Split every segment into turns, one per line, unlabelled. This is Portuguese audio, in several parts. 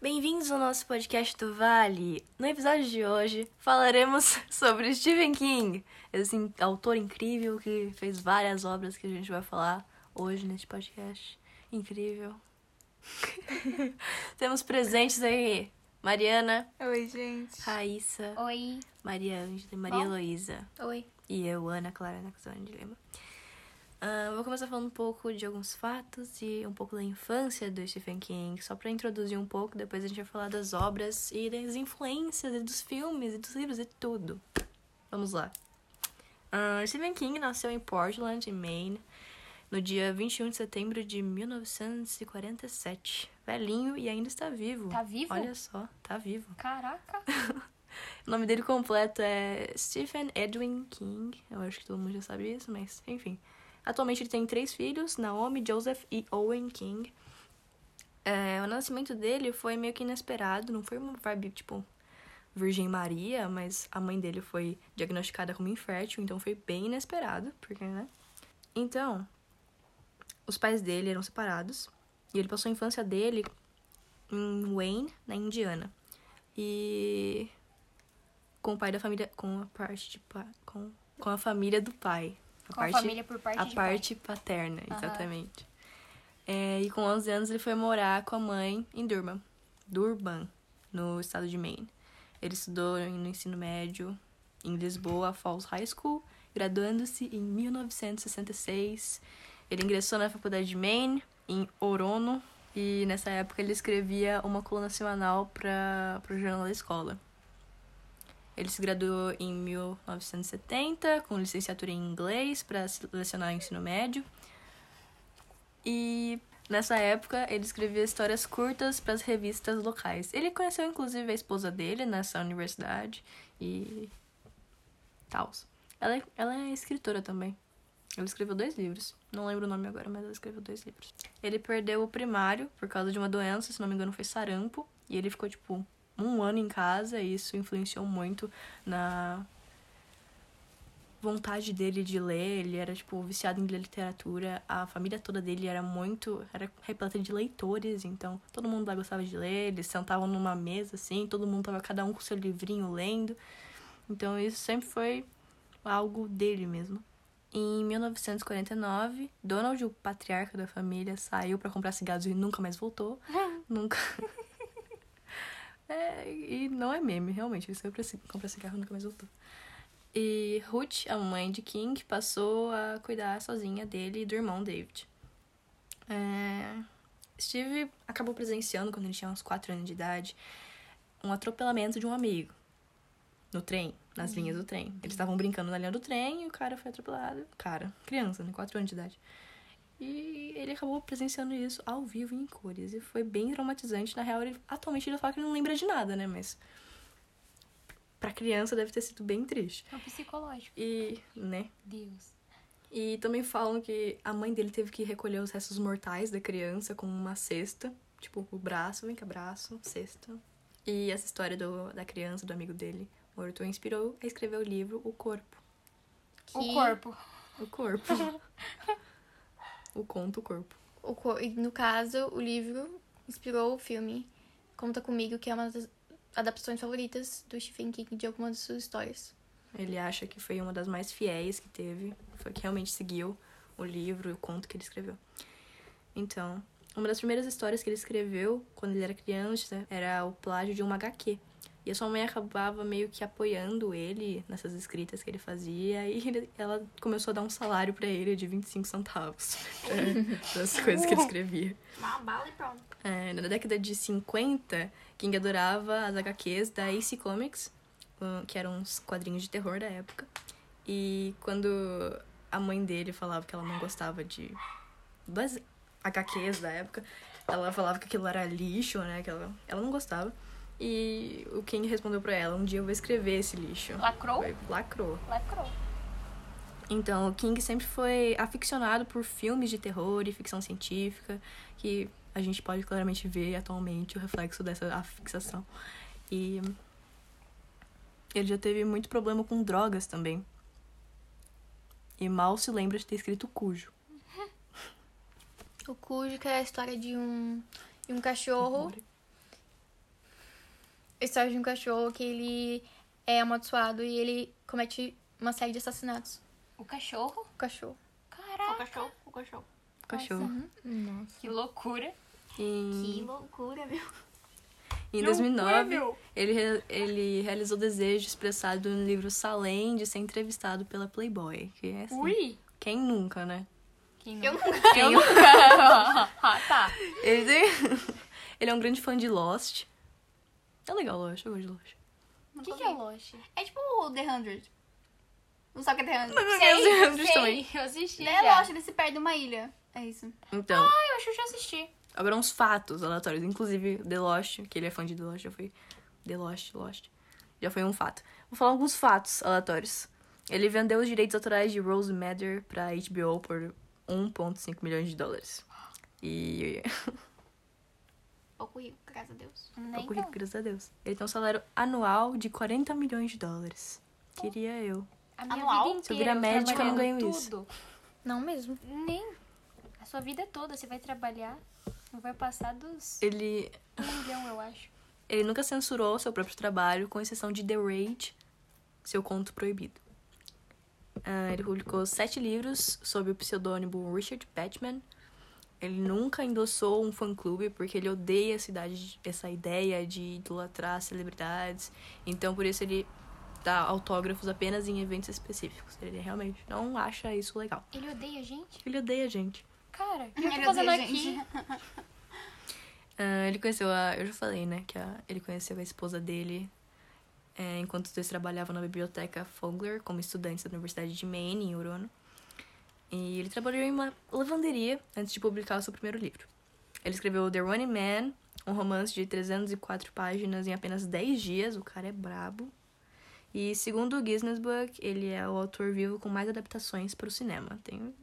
Bem-vindos ao nosso podcast do Vale. No episódio de hoje falaremos sobre Stephen King, esse in- autor incrível que fez várias obras que a gente vai falar hoje neste podcast. Incrível. Temos presentes aí Mariana,
Oi, gente.
Raíssa,
Oi.
Maria Ângela e Maria
Bom.
Heloísa.
Oi.
E eu, Ana Clara Nakazone de Lima. Ah, vou começar falando um pouco de alguns fatos e um pouco da infância do Stephen King, só pra introduzir um pouco, depois a gente vai falar das obras e das influências e dos filmes e dos livros e tudo. Vamos lá. Ah, Stephen King nasceu em Portland, em Maine, no dia 21 de setembro de 1947. Velhinho e ainda está vivo.
Tá vivo?
Olha só, tá vivo.
Caraca.
O nome dele completo é Stephen Edwin King. Eu acho que todo mundo já sabe isso, mas enfim. Atualmente ele tem três filhos, Naomi, Joseph e Owen King. É, o nascimento dele foi meio que inesperado, não foi uma vibe tipo Virgem Maria, mas a mãe dele foi diagnosticada como infértil, então foi bem inesperado, porque, né? Então, os pais dele eram separados e ele passou a infância dele em Wayne, na Indiana. E com o pai da família, com a parte de pa, com, com a família do pai. A
Com
parte-
a família por parte
a
de
parte paterna,
Aham.
exatamente. É, e com 11 anos ele foi morar com a mãe em Durban, Durban, no estado de Maine. Ele estudou no ensino médio em Lisboa, Falls High School, graduando-se em 1966. Ele ingressou na faculdade de Maine, em Orono, e nessa época ele escrevia uma coluna semanal para o jornal da escola. Ele se graduou em 1970 com licenciatura em inglês para selecionar o ensino médio. E nessa época ele escrevia histórias curtas para as revistas locais. Ele conheceu inclusive a esposa dele nessa universidade e tal. Ela, é- ela é escritora também. Ela escreveu dois livros. Não lembro o nome agora, mas ela escreveu dois livros. Ele perdeu o primário por causa de uma doença, se não me engano, foi sarampo. E ele ficou, tipo, um ano em casa e isso influenciou muito na vontade dele de ler. Ele era, tipo, viciado em ler literatura. A família toda dele era muito... Era repleta de leitores, então todo mundo lá gostava de ler. Eles sentavam numa mesa, assim, todo mundo tava cada um com seu livrinho lendo. Então isso sempre foi algo dele mesmo. Em 1949, Donald, o patriarca da família, saiu pra comprar cigarros e nunca mais voltou. nunca. É, e não é meme, realmente. Ele saiu pra ci- comprar cigarro e nunca mais voltou. E Ruth, a mãe de King, passou a cuidar sozinha dele e do irmão David. É, Steve acabou presenciando, quando ele tinha uns 4 anos de idade, um atropelamento de um amigo no trem, nas linhas do trem. Eles estavam brincando na linha do trem e o cara foi atropelado. Cara, criança, né? 4 anos de idade. E ele acabou presenciando isso ao vivo e em cores. E foi bem traumatizante. Na real, ele, atualmente ele fala que ele não lembra de nada, né? Mas pra criança deve ter sido bem triste.
É o psicológico.
E, né?
Deus.
E também falam que a mãe dele teve que recolher os restos mortais da criança com uma cesta. Tipo, o braço, vem cá, braço, cesta. E essa história do, da criança, do amigo dele morto, inspirou a escrever o livro O Corpo.
Que-
O corpo.
O Corpo. o conto O Corpo.
O co- e, no caso, o livro inspirou o filme Conta Comigo, que é uma das adaptações favoritas do Stephen King de algumas de suas histórias.
Ele acha que foi uma das mais fiéis que teve, foi que realmente seguiu o livro e o conto que ele escreveu. Então, uma das primeiras histórias que ele escreveu quando ele era criança era o plágio de uma HQ. E a sua mãe acabava meio que apoiando ele nessas escritas que ele fazia, e ele- ela começou a dar um salário pra ele de 25 centavos é, das coisas que ele escrevia.
Uma bala e pronto.
É, na década de 50, King adorava as HQs da Ace Comics, hum, que eram uns quadrinhos de terror da época. E quando a mãe dele falava que ela não gostava de das HQs da época, ela falava que aquilo era lixo, né? Que ela, ela não gostava. E o King respondeu pra ela: Um dia eu vou escrever esse lixo.
Lacrou?
Foi- Lacrou.
Lacrou.
Então, o King sempre foi aficionado por filmes de terror e ficção científica, que a gente pode claramente ver atualmente o reflexo dessa afixação. E ele já teve muito problema com drogas também. E mal se lembra de ter escrito cujo.
O Cujo, que é a história de um, de um cachorro a história de um cachorro que ele é amaldiçoado e ele comete uma série de assassinatos.
O cachorro?
O cachorro.
Caraca. O cachorro? O cachorro.
Cachorro.
Nossa.
Que loucura. uhum. Que
Em,
loucura, meu.
em 2009, ele, re- ele realizou o desejo expressado no livro Salem de ser entrevistado pela Playboy. Que é assim,
Ui.
Quem nunca, né?
Quem
Eu
nunca? Eu nunca. ah, tá.
Ele, tem- ele é um grande fã de Lost. É legal Lost, eu gosto de Lost.
O
que, que é
louco?
Lost? É tipo o The Hundred. Não sabe o que é The Hundred.
Mas eu lembro também.
Eu assisti
Não é
já.
Lost, ele se perde numa ilha. É isso.
Então,
Eu acho que eu já assisti.
agora uns fatos aleatórios. Inclusive, The Lost, que ele é fã de The Lost, já foi. The Lost, Lost. Já foi um fato. Vou falar alguns fatos aleatórios. Ele vendeu os direitos autorais de Rose Matter pra HBO por 1,5 milhões de dólares. E
Pouco rico, graças a Deus.
é
Nem
o rico, graças a Deus. Ele tem um salário anual de 40 milhões de dólares. Queria eu.
A minha
Anual?
vida inteira.
Se eu virar médica, eu não
trabalhando
ganho isso.
tudo.
Não mesmo.
Nem. A sua vida toda você vai trabalhar. Não vai passar dos
Ele
um milhão, eu acho.
Ele nunca censurou seu próprio trabalho, com exceção de The Raid, seu conto proibido. Ah, ele publicou sete livros sob o pseudônimo Richard Batman. Ele nunca endossou um fã-clube porque ele odeia essa, idade- essa ideia de idolatrar celebridades. Então, por isso, ele dá autógrafos apenas em eventos específicos. Ele realmente não acha isso legal.
Ele odeia a gente?
Ele odeia a gente.
Cara, o que eu
Ele
tô fazendo
odeia a
aqui?
Ah, ele conheceu a. Eu já falei, né? Que a- ele conheceu a esposa dele é, enquanto os dois trabalhavam na biblioteca Fogler como estudantes da Universidade de Maine, em Urono. E ele trabalhou em uma lavanderia antes de publicar o seu primeiro livro. Ele escreveu The Running Man, um romance de 304 páginas em apenas 10 dias. O cara é brabo. E segundo o Guinness Book, ele é o autor vivo com mais adaptações para o cinema. Tem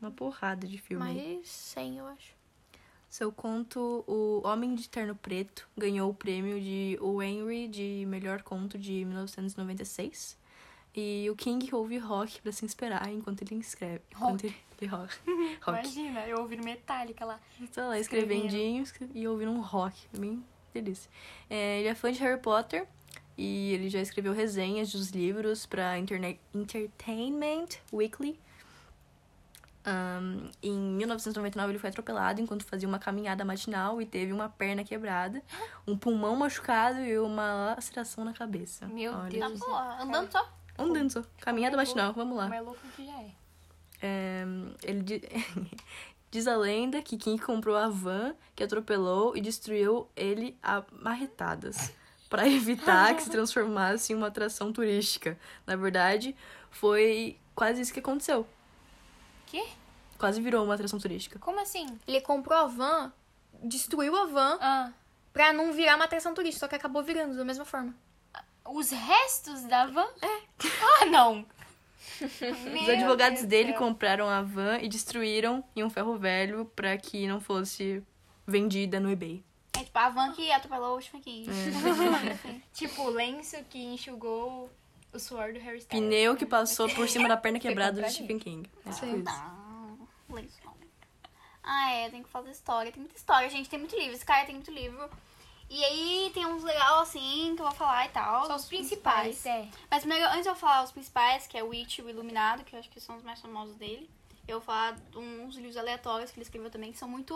uma porrada de filme. aí.
Mais 100, eu acho.
Seu conto, O Homem de Terno Preto, ganhou o prêmio de O Henry de melhor conto de 1996. E o King ouve rock pra se inspirar enquanto ele escreve. Enquanto ele, ele rock. rock.
Imagina, eu ouvindo Metallica lá.
Então lá
Escrevendo.
escrevendinho escre- e ouvindo um rock. Bem delícia. É, ele é fã de Harry Potter e ele já escreveu resenhas dos livros pra Internet Entertainment Weekly. Ahn, em 1999 ele foi atropelado enquanto fazia uma caminhada matinal e teve uma perna quebrada, um pulmão machucado e uma laceração na cabeça.
Meu
Tá
Deus. é
porra, andando só.
Andando só. Caminhada matinal, vamos lá.
Mais louco que já é.
É, ele di- diz a lenda que King comprou a van que atropelou e destruiu ele a marretadas para evitar que se transformasse em uma atração turística. Na verdade, foi quase isso que aconteceu.
Quê?
Quase virou uma atração turística.
Como assim?
Ele comprou a van, destruiu a van,
Ah,
pra não virar uma atração turística, só que acabou virando da mesma forma.
os restos da van? É. Ah, não.
Os advogados dele compraram a van e destruíram em um ferro velho para que não fosse vendida no eBay.
É tipo a van que atropelou os
é
franquinhos.
Tipo, o lenço que enxugou o suor do Harry Styles.
Pneu que passou por cima da perna quebrada do
contrário.
Stephen King. É tipo
Sim.
isso.
Não, lenço não. Ah, é, tem que fazer história. Tem muita história, gente. Tem muito livro. Esse cara tem muito livro. E aí tem uns legal assim que eu vou falar e tal.
São os principais. É.
Mas primeiro, antes de eu falar os principais, que é Witch e o Iluminado, que eu acho que são os mais famosos dele, eu vou falar de uns livros aleatórios que ele escreveu também, que são muito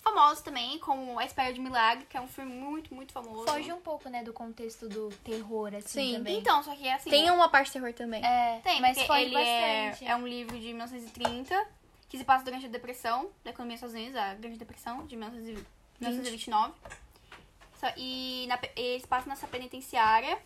famosos também, como A Espera de um Milagre, que é um filme muito, muito famoso.
Foge um pouco, né, do contexto do terror, assim,
Sim.
também.
Então, só que é assim...
Tem uma parte terror também.
É,
Tem,
mas
porque
foi
ele é,
bastante.
é um livro de 1930 que se passa durante a Depressão da economia dos Estados Unidos, a Grande Depressão de 1920 1929. Só- E na, pe- ele se passa nessa penitenciária,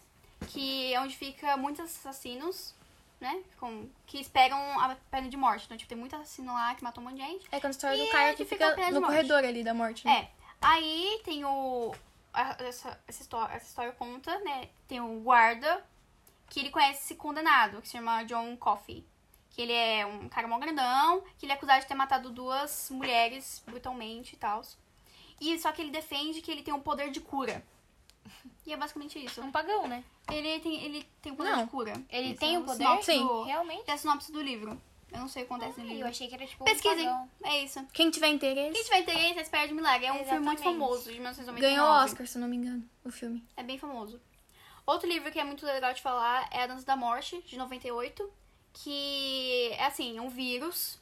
que é onde fica muitos assassinos, né? Com, que esperam a pena de morte. Então, tipo, tem muito assassino lá que matou um monte de gente.
É quando a história
E
do cara
é
que
que fica
fica
a pena de
no
morte.
corredor ali da morte. né?
É. Aí tem o. a- Essa, essa, história, essa história conta, né? Tem o guarda que ele conhece esse condenado, que se chama John Coffey. Que ele é um cara mó grandão, que ele é acusado de ter matado duas mulheres brutalmente e tal. E só que ele defende que ele tem um poder de cura. E é basicamente isso.
Um pagão, né?
Ele tem, ele tem um poder
Não.
de cura.
Ele
Esse
tem
é
um
o
poder?
sinopse
Sim.
do-
Realmente?
é a sinopse do livro. Eu não sei o que acontece no
Eu
livro.
achei que era tipo. um
Pesquisem.
pagão.
É isso.
Quem tiver
Quem
interesse,
tiver interesse, A Espera de Milagre. É um filme muito
Exatamente.
famoso, de 1999.
ganhou o Oscar, se eu não me engano, o filme.
É bem famoso. Outro livro que é muito legal de falar é A Dança da Morte, de 98, que é assim, um vírus.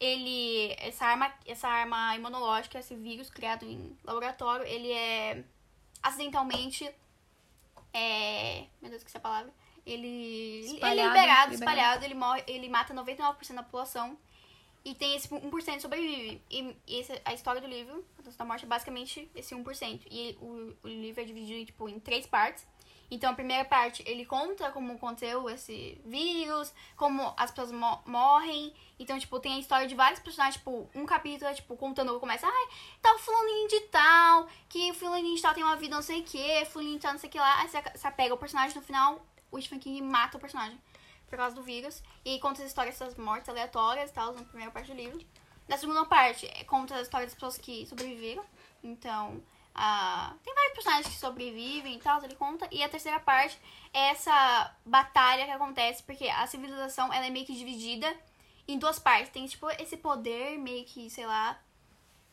Ele. Essa arma, essa arma imunológica, esse vírus criado em laboratório, ele é acidentalmente. É. Meu Deus, que é a palavra? Ele. ele é
Espalhado,
liberado,
liberado.
espalhado, ele morre, ele mata 99% da população. E tem esse 1% que sobrevive. E esse, a história do livro, A Dança da Morte, é basicamente esse 1%. E o, o livro é dividido tipo, em três partes. Então, a primeira parte, ele conta como aconteceu esse vírus, como as pessoas mo- morrem. Então, tipo, tem a história de vários personagens, tipo, um capítulo, é, tipo, contando, começa, ai, tal fulaninho de tal, que fulaninho de tal tem uma vida não sei o que, fulaninho de tal não sei o que lá. Aí você você apega o personagem, no final, o Stephen King mata o personagem por causa do vírus. E conta as histórias dessas mortes aleatórias e tal, na primeira parte do livro. Na segunda parte, é, conta a história das pessoas que sobreviveram. Então, ah, tem vários personagens que sobrevivem e tal, ele conta. E a terceira parte é essa batalha que acontece, porque a civilização ela é meio que dividida em duas partes. Tem, tipo, esse poder meio que, sei lá,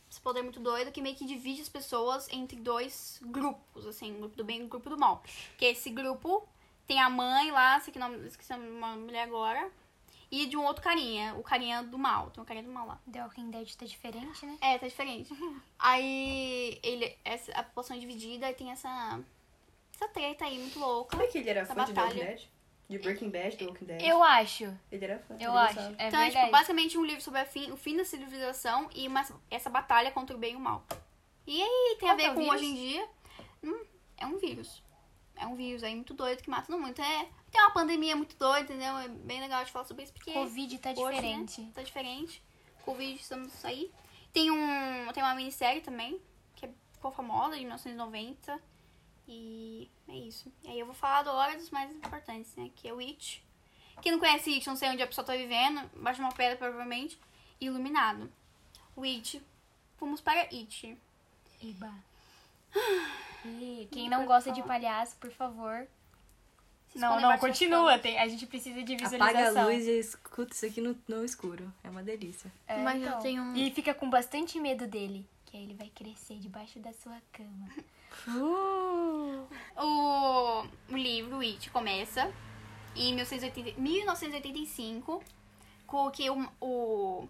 esse poder muito doido que meio que divide as pessoas entre dois grupos, assim, o grupo do bem e o grupo do mal. Que é esse grupo tem a mãe lá, sei que nome, esqueci o nome dele agora. E de um outro carinha, o carinha do mal. Tem um carinha do mal lá.
The Walking Dead tá diferente, né?
É, tá diferente. aí ele, essa, a população é dividida e tem essa. Essa treta aí muito louca.
Como é que ele era fã
Essa
de The
batalha.
Walking Dead? De Breaking Bad, The Walking Dead?
Eu acho.
Ele era fã.
Eu
ele
acho.
gostava.
É
então é
verdade.
tipo, basicamente um livro sobre a fim- o fim da civilização e uma- essa batalha contra o bem e o mal. E aí tem a
Qual que é
ver
o
com
vírus?
hoje em dia. Hum, é um vírus. É um vírus aí muito doido que mata todo mundo. Então, é, tem uma pandemia muito doida, entendeu? É bem legal de falar sobre isso porque.
Covid tá
Hoje,
diferente.
né? Tá diferente. Covid, estamos aí. Tem, um, tem uma minissérie também, que é- ficou famosa, de 1990. E é isso. E aí eu vou falar agora dos mais importantes, né? Que é Witch. Quem não conhece Witch, não sei onde a pessoa tá vivendo. Baixa uma pedra, provavelmente. e Iluminado. Witch. Fomos para It.
Iba. E quem não gosta de palhaço, por favor.
Vocês podem baixar as
Tem, a gente precisa de
Apaga a luz e escuta isso aqui no, no escuro. É uma delícia.
É,
Mas
então.
eu tenho um.
E fica com bastante medo dele. Que aí ele vai crescer debaixo da sua cama.
O, o livro It começa em 1980 1985, com que o, o,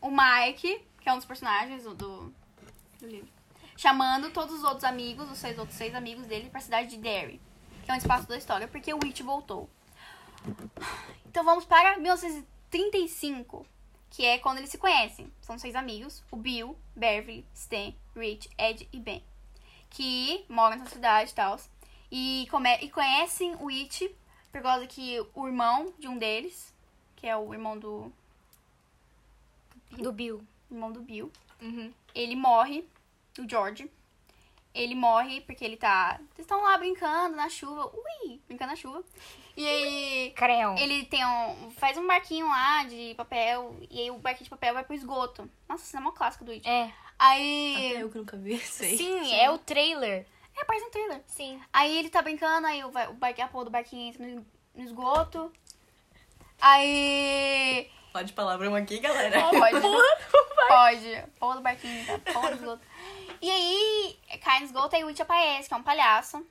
o Mike, que é um dos personagens do, do, do livro, chamando todos os outros amigos, os seis outros seis amigos dele, pra cidade de Derry, que é um espaço da história, porque o It voltou. Então vamos para 1935, que é quando eles se conhecem. São seis amigos, o Bill, Beverly, Stan, Rich, Ed e Ben que moram nessa cidade e tal. E, come- e conhecem o It por causa que o irmão de um deles, que é o irmão do,
Do Bill.
irmão do Bill, ele morre, o George. Ele morre porque ele tá. Eles estão lá brincando na chuva. Ui! Brincando na chuva. E aí.
Creão.
Ele tem um. Faz um barquinho lá de papel. E aí o barquinho de papel vai pro esgoto. Nossa, isso é uma clássica do It.
É.
Até
Aí.
eu que nunca vi, sei.
Sim, é o trailer.
É, parece um trailer.
Sim.
Aí ele tá brincando, aí o, ba- o barqui- a porra do barquinho entra no, no esgoto. Aí.
Pode palavrão aqui, galera.
Pode. Pode. Porra do barquinho entra, porra do esgoto. E aí cai no esgoto, aí o Witch aparece, que é um palhaço.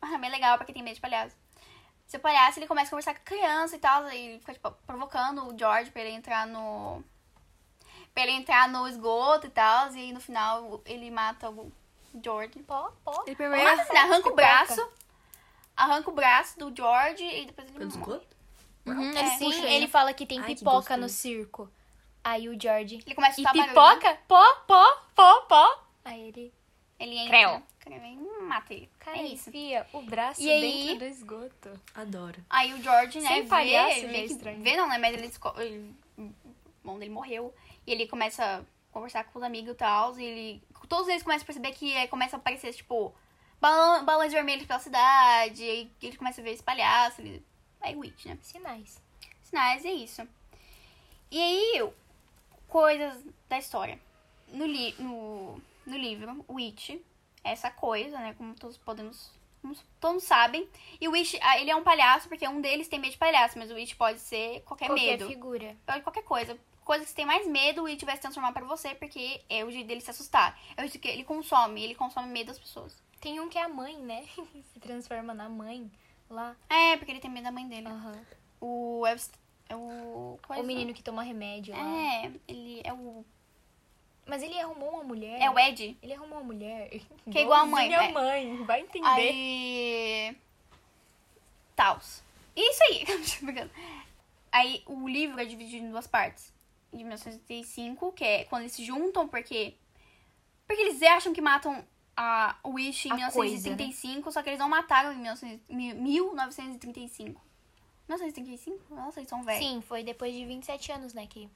Ah, bem legal pra quem tem medo de palhaço. Esse palhaço ele começa a conversar com a criança e tal, aí ele fica tipo, provocando o George pra ele entrar no. pra ele entrar no esgoto e tal, e aí no final ele mata o George. Pô, pô.
Ele
Ou
primeiro
mata, assim, arranca o braço. Arranca o braço do George e depois ele
Pelo
morre.
esgoto?
Uhum, ele
É.
Sim,
puxa
Hum, ele
ele.
fala que tem
Ai, que
pipoca
gostoso.
no circo. Aí o George.
Ele começa a
E
soltar barulho.
pipoca? Pó, pó, pó, pó. Tá Aí ele
Ele entra.
Creu.
Creu, e mata ele.
cai,
é isso.
enfia o braço
E
dentro
aí-
do esgoto.
Adoro.
Aí o George, né,
Sem
vê,
palhaço,
ele
meio
meio que
estranho.
vê não, né, mas ele, desco- ele bom, ele morreu e ele começa a conversar com os amigos e tal, e ele todos eles começam a perceber que é, começa a aparecer tipo balão, balões vermelhos pela cidade, e aí ele começa a ver esse palhaço, ele é witch, né?
Sinais.
Sinais é isso. E aí, coisas da história. No, li no, no livro, Witch, essa coisa, né? Como todos podemos como todos sabem. E o Wish, ah, ele é um palhaço, porque um deles tem medo de palhaço, mas o Wish pode ser qualquer,
Qualquer
medo.
figura.
Pode qualquer coisa. Coisa que você tem mais medo, o Wish vai se transformar pra você, porque é o jeito dele se assustar. É o jeito que ele consome, ele consome medo das pessoas.
Tem um que é a mãe, né? Se transforma na mãe lá.
É, porque ele tem medo da mãe dele.
Aham.
O Webster. É o. coisa-
O menino que toma remédio lá.
É, ele é o.
Mas ele arrumou uma mulher.
É o Ed.
Ele arrumou uma mulher.
Que é igual a mãe,
Igualzinha
é.
a mãe. né? Vai entender.
Aí. Taos. E Isso aí. Tô brincando. aí o livro é dividido em duas partes. De 1985, que é quando eles se juntam, porque. Porque eles acham que matam a Wish em
A
1935, só que eles não mataram em 1900 mil- 1935. 1935? Nossa, eles são velhos.
Sim, foi depois de 27 anos, né? Que...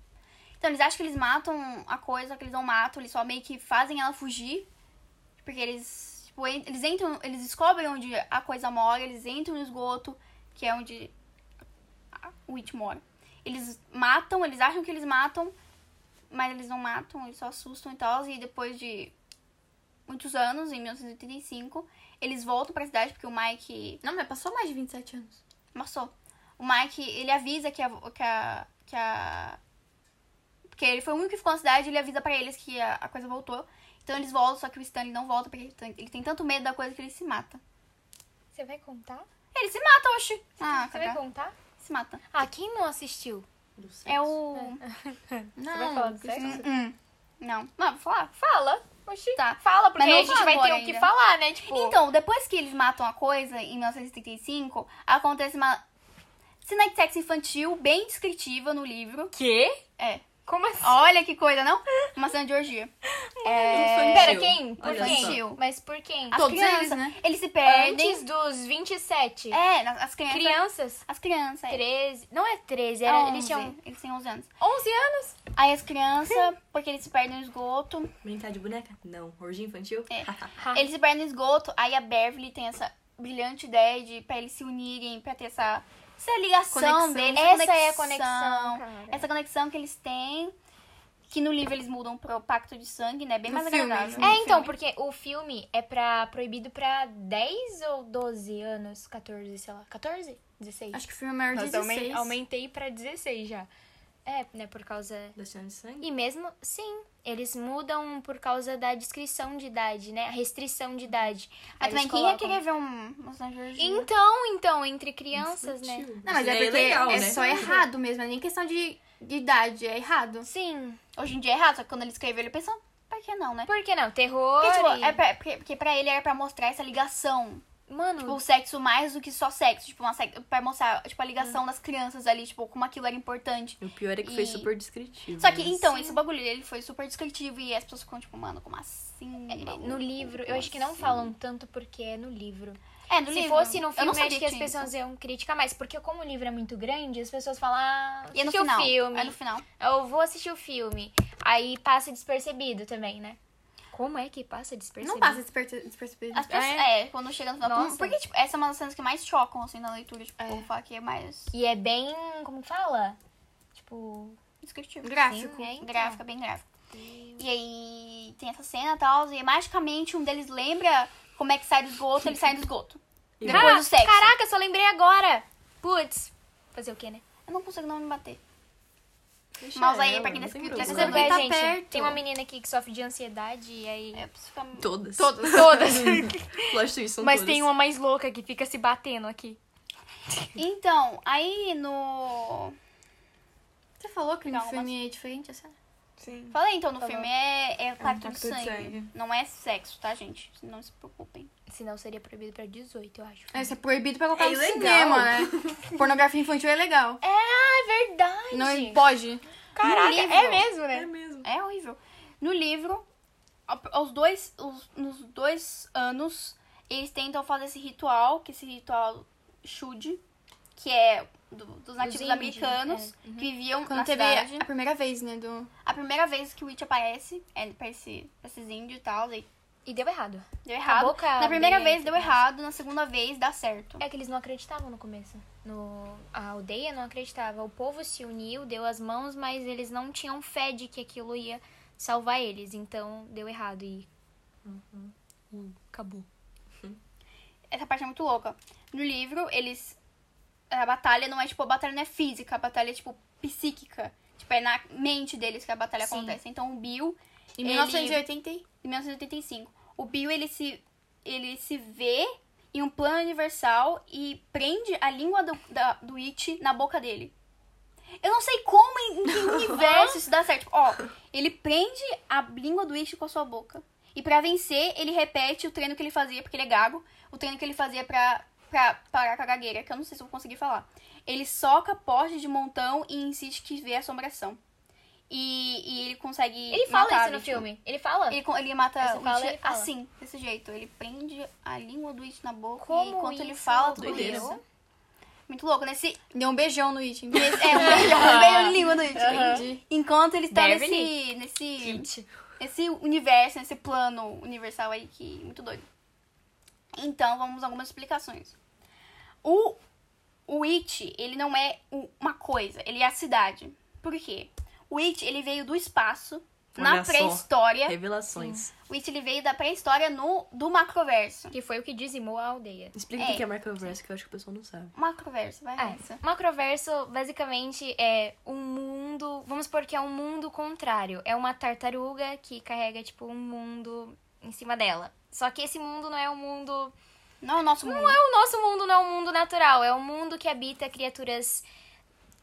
Então eles acham que eles matam a coisa, só que eles não matam, eles só meio que fazem ela fugir. Porque eles, tipo, en- eles entram, eles descobrem onde a coisa mora, eles entram no esgoto, que é onde a Witch mora. Eles matam, eles acham que eles matam, mas eles não matam, eles só assustam e tal. E depois de muitos anos, em 1985, eles voltam pra cidade porque o Mike
Não, mas passou mais de 27 anos.
Marçou. O Mike, ele avisa que a, que a. que a. Porque ele foi o único que ficou na cidade, ele avisa pra eles que a, a coisa voltou. Então eles voltam, só que o Stanley não volta, porque ele tem, ele tem tanto medo da coisa que ele se mata.
Você vai contar?
Ele se mata, oxi! Ah,
Você vai
cara.
contar?
Se mata.
Ah, quem não assistiu?
Do sexo.
É o.
Não,
vai falar do sexo?
Hum, hum. Não. Não, vou falar.
Fala. Oxi.
Tá.
Fala, porque
Mas não
aí a gente
fala
vai ter
agora
o que
ainda.
falar, né? Tipo,
Então, depois que eles matam a coisa, em 1975, acontece uma cena de sexo infantil bem descritiva no livro.
quê?
É.
Como assim?
Olha que coisa, não? Uma cena de orgia.
Infantil.
É Pera, quem? Por
Olha
quem?
só.
Mas por quem?
As
Todos
crianças,
eles, né?
Eles se perdem.
Antes dos 27.
É, na- as crianças.
Crianças?
As crianças. é.
13. Não é 13, era, eles
11,
tinham
Eles tinham 11 anos.
11 anos.
Aí as crianças, porque eles se perdem no esgoto.
Brincar de boneca? Não. Orgia infantil?
É.
Ah.
Eles se perdem no esgoto. Aí a Beverly tem essa brilhante ideia de pra eles se unirem, pra ter essa, essa ligação
Conexão.
deles.
Essa é a conexão, cara.
Essa conexão que eles têm. Que no livro eles mudam pro pacto de sangue, né? Bem
No
mais
filme,
agradável.
no
É, então, porque o filme é pra, proibido pra 10 ou 12 anos, 14, sei lá, 14? 16?
Acho que o filme é maior de
Nossa, aumen-
16.
aumentei pra 16 já. É, né, por causa...
Da cena de sangue?
E mesmo, sim, eles mudam por causa da descrição de idade, né, a restrição de idade. Aí
Mas
eles
também, quem ia
colocam-
querer ver um... uma cena de orgia?
Então, então, entre crianças, né?
Infantil.
Não, mas
Isso
é
daí
porque
legal,
é
né?
só errado mesmo, é nem questão de, de idade, é errado.
Sim,
Hoje em dia é errado, só que quando ele escreveu, ele pensou, pra que não, né?
por que não? Terror
Porque, tipo,
e-
é pra, porque, porque pra ele era pra mostrar essa ligação.
Mano,
Tipo, o sexo mais do que só sexo. Tipo, uma sex... pra mostrar tipo, a ligação das crianças ali, tipo, como aquilo era importante.
E O pior é que foi
E-
super descritivo.
Só que,
né?
então, esse bagulho, ele foi super descritivo e as pessoas ficam, tipo, mano, como assim?
É, no livro, eu acho que não falam tanto porque é no livro.
É, no
Se
livro.
fosse no
eu
filme,
não
eu acho
sabia
que as
tinha
pessoas
isso.
iam criticar mais. Porque como o livro é muito grande, as pessoas falam, ah,
E é no
assisti
final.
o filme.
É no final.
Eu vou assistir o filme. Aí passa despercebido também, né? Como é que passa despercebido?
Não passa desperce- despercebido.
As pessoas,
É.
é. quando chega no final.
Ah, Nossa.
Porque, tipo, essa é uma das cenas que mais chocam, assim, na leitura. Tipo, o falar que é mais
E é bem, como fala? Tipo...
descritivo.
Gráfico.
Sim, é, então.
Gráfica, bem gráfica. E aí tem essa cena e tal, e magicamente um deles lembra como é que sai do esgoto, ele sai do esgoto.
E
Depois do Ah, sexo.
"Ah, Caraca, só lembrei agora! Putz! Fazer o quê, né?
Eu não consigo não me bater.
Deixa
Mouse aí,
ela,
pra quem tá
não tem
escrito,
problema.
essa é
bem tá
gente,
perto.
tem uma menina aqui que sofre de ansiedade e aí...
Eu preciso ficar...
é. Todas.
Todas.
Todas!
Plot twist, são
Mas
todas.
tem uma mais louca que fica se batendo aqui.
Então, aí no...
Você falou que no
Calma.
filme é diferente essa?
Sim.
Falei então, no filme é, é pacto
um pacto
de
de
sangue.
sangue.
Não é sexo, tá, gente? Não se preocupem.
Senão seria proibido pra 18, eu acho.
É, isso é proibido pra colocar
É
no
ilegal.
cinema, né? Pornografia infantil é legal.
É verdade!
Não pode.
Caraca,
Caraca,
é
é mesmo,
É
né?
mesmo.
É horrível. No livro, a- aos dois, os- nos dois anos, eles tentam fazer esse ritual, que esse ritual Shud, que é do- dos nativos
índios,
americanos, que viviam
Quando
na
teve
cidade.
a primeira vez, né, do...
A primeira vez que o Witch aparece é pra, esse, pra esses índios e tal, e
E deu errado.
deu
A
errado.
boca
Na primeira
dele-
vez deu errado, na segunda vez dá certo.
É que eles não acreditavam no começo. No... A aldeia não acreditava. O povo se uniu, deu as mãos, mas eles não tinham fé de que aquilo ia salvar eles. Então deu errado e. E acabou.
essa parte é muito louca. No livro, eles. A batalha não é tipo. A batalha não é física, a batalha é tipo psíquica. Tipo, é na mente deles que a batalha
Sim.
acontece. Então o Bill,
Em
Ele-
1980, e-
em 1985, o Bill ele se, ele se vê em um plano universal e prende a língua do, da, do It na boca dele. Eu não sei como, em, em que universo isso dá certo. Tipo, Ó, ele prende a língua do It com a sua boca. E pra vencer, ele repete o treino que ele fazia, porque ele é gago, o treino que ele fazia pra, pra parar com a gagueira, que eu não sei se eu vou conseguir falar. Ele soca poste de montão e insiste que vê assombração. E, e ele consegue.
Ele fala
matar a
isso no
vítima.
filme. Ele fala.
Ele, co- ele mata
Aí você
o
fala,
It
ele fala.
assim, desse jeito. Ele prende a língua do It na boca e
Como
enquanto ele
isso é
fala tudo
doideira.
isso. Muito louco, nesse.
deu um beijão no It.
nesse é um beijão, um beijão de língua do It.
Entendi.
Enquanto ele está nesse.
Beverly.
nesse. Nesse universo, nesse plano universal aí que. é Muito doido. Então, vamos a algumas explicações. O, o It, ele não é o- uma coisa, ele é a cidade. Por quê? O It, ele veio do espaço, na
Olha só.
pré-história.
Revelações.
O It ele veio da pré-história no do macroverso.
Que foi o que dizimou a aldeia.
Explica
É.
o que é macroverso, que eu acho que o pessoal não sabe.
Macroverso, vai
Ah,
nessa.
macroverso basicamente é um mundo. Vamos supor que é um mundo contrário. É uma tartaruga que carrega, tipo, um mundo em cima dela. Só que esse mundo não é o mundo.
Não é o nosso mundo.
Não é o nosso mundo, não é o mundo natural. É um mundo que habita criaturas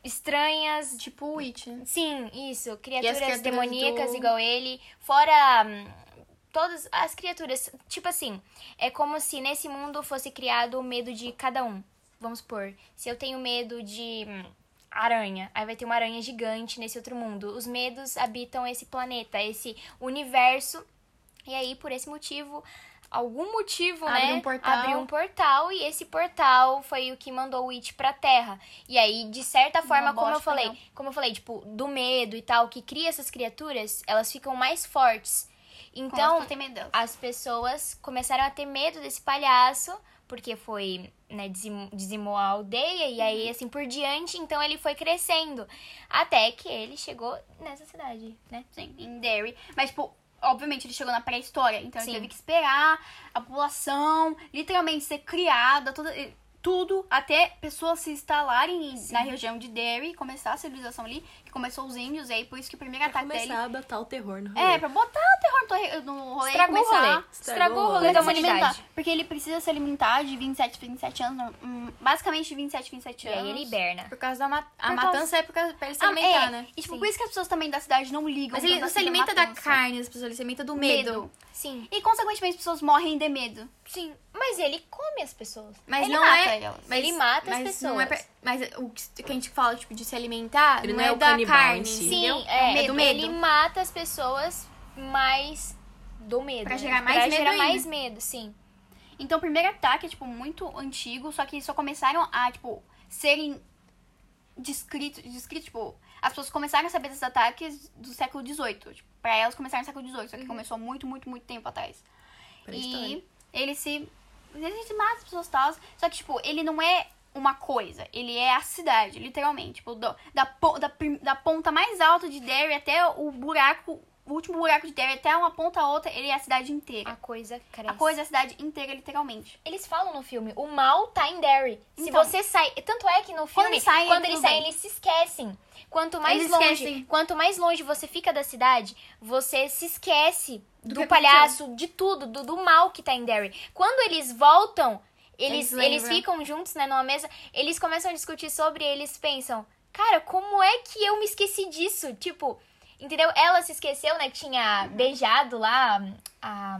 estranhas.
Tipo o It, né?
Sim, isso. Criaturas,
criaturas
demoníacas
do-
igual ele. Fora. hum, Todas as criaturas. Tipo assim, é como se nesse mundo fosse criado o medo de cada um. Vamos supor, se eu tenho medo de hum, aranha, aí vai ter uma aranha gigante nesse outro mundo. Os medos habitam esse planeta, esse universo. E aí, por esse motivo, algum motivo,
Abre
né?
um portal.
Abriu um portal e esse portal foi o que mandou o It pra Terra. E aí, de certa forma, como eu
bosta,
falei,
né?
não.
como eu falei, tipo, do medo e tal, que cria essas criaturas, elas ficam mais fortes.
Então,
Então,
tem medo dela.
as pessoas começaram a ter medo desse palhaço, porque foi, né, dizim- dizimou a aldeia e
Uhum.
aí assim por diante, então ele foi crescendo até que ele chegou nessa cidade, né?
Sim, em Derry. Mas, tipo, obviamente ele chegou na pré-história. Então
Sim.
ele teve que esperar a população literalmente ser criada, tudo, tudo até pessoas se instalarem em- na região de Derry, começar a civilização ali, que começou os índios, e aí por isso que o primeiro
Pra
ataque dele.
começar a botar o terror no rolê.
É, pra botar o terror no torre- no rolê e
Estragou o
começar
rolê. Estragou o rolê
Ele
da
precisa se
humanidade.
alimentar, Porque ele precisa se alimentar de 27, 27 anos. hum, Basicamente de 27, 27
E
anos.
aí ele hiberna.
Por causa da ma a
Por causa-
matança é por causa pra ele se
Ah,
alimentar,
é.
né?
E tipo,
Sim.
por isso que as pessoas também da cidade não ligam.
Mas ele
tanto
não se
assim
alimenta da
matança.
carne das pessoas, ele se alimenta do medo.
Medo.
Sim.
E consequentemente as pessoas morrem de medo.
Sim, mas ele come as pessoas.
Mas
Ele
não
mata
é.
elas.
Mas,
Ele mata as
mas Não é pra-
pessoas.
mas o que que a gente fala, tipo, de se alimentar,
Ele
não,
não é
é,
o
da
canibal em
carne.
si.
Sim,
entendeu?
é,
É do medo.
ele mata as pessoas, mas do medo.
Pra
né?
gerar mais
pra
medo
gerar
ainda.
mais medo, sim.
Então o primeiro ataque é, tipo, muito antigo, só que só começaram a, tipo, serem descritos, descritos, tipo, as pessoas começaram a saber desses ataques do século XVIII. Tipo, pra elas começaram no século XVIII, só que
Uhum.
começou muito, muito, muito tempo atrás.
Pré-história.
E ele se. Ele se mata as pessoas e tal. Só que, tipo, ele não é uma coisa. Ele é a cidade, literalmente. Tipo, do- da, po- da, prim- da ponta mais alta de Derry até o buraco. O último buraco de Derry até uma ponta a outra, ele é a cidade inteira.
A coisa cresce.
A coisa é a cidade inteira, literalmente.
Eles falam no filme, o mal tá em Derry. Se
Então.
você sai. Tanto é que no filme, quando eles
Quando eles saem,
saem,
é tudo bem.
eles se esquecem. Quanto mais
Eles
longe,
esquecem.
quanto mais longe você fica da cidade, você se esquece do,
que
palhaço, de tudo, do, do mal que tá em Derry. Quando eles voltam, eles,
Eles
eles,
lembram.
ficam juntos, né, numa mesa, eles começam a discutir sobre, eles pensam, cara, como é que eu me esqueci disso? Tipo, entendeu? Ela se esqueceu, né, que tinha beijado lá a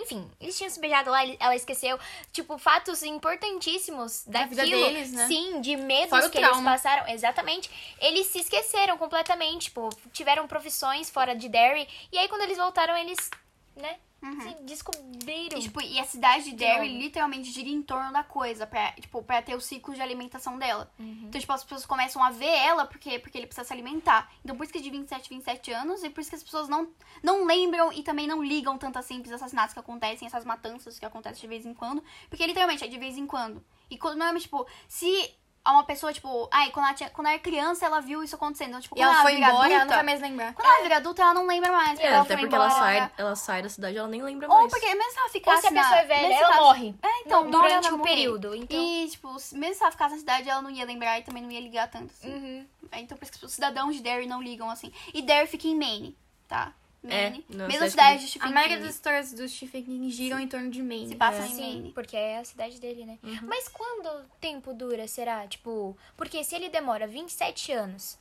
enfim, eles tinham se beijado lá, ele- ela esqueceu. Tipo, fatos importantíssimos
Da
daquilo.
vida deles, né?
Sim, de medos
Fora o
que eles
trauma.
passaram. Exatamente. Eles se esqueceram completamente. Tipo, tiveram profissões fora de Derry. E aí, quando eles voltaram, eles, né,
Uhum.
se descobriram.
Então.
E, tipo, e a cidade de Derry
novo.
literalmente gira em torno da coisa, pra, tipo, pra ter o ciclo de alimentação dela.
Uhum.
Então, tipo, as pessoas começam a ver ela porque, porque ele precisa se alimentar. Então, por isso que é de 27, 27 anos, e por isso que as pessoas não, não lembram e também não ligam tanto assim pros assassinatos que acontecem, essas matanças que acontecem de vez em quando. Porque literalmente é de vez em quando. E quando, normalmente, tipo, se a uma pessoa, tipo, ai, quando ela, tinha- quando ela era criança, ela viu isso acontecendo. Então, tipo,
E
quando
ela foi
vira
embora, ela não
adulta-
vai mais lembrar.
Quando ela vira adulta, ela não lembra mais. porque
É,
ela
até
foi
porque ela
embora.
sai, ela sai da cidade, ela nem lembra
Ou
mais.
porque mesmo se ela
Ou
ficasse.
assim,
se a pessoa
na-
é velha,
mesmo se
ela morre.
É, então,
Não,
na hora
Uhum. durante
ela
o
morrer.
período, então.
E, tipo, se- mesmo se ela ficasse na cidade, ela não ia lembrar e também não ia ligar tanto. assim.
Uhum.
É, Então, por isso que os cidadãos de Derry não ligam assim. E Derry fica em Maine, tá?
É,
Maine.
não,
Mesma
cidade
cidade
que-
de
A
Stephen
maioria
King.
das histórias do Stephen King giram em torno de Maine.
Tipo, se passa em
Sim,
Maine.
porque é a cidade dele, né?
Uhum.
Mas quanto tempo dura, será? Tipo, porque se ele demora 27 anos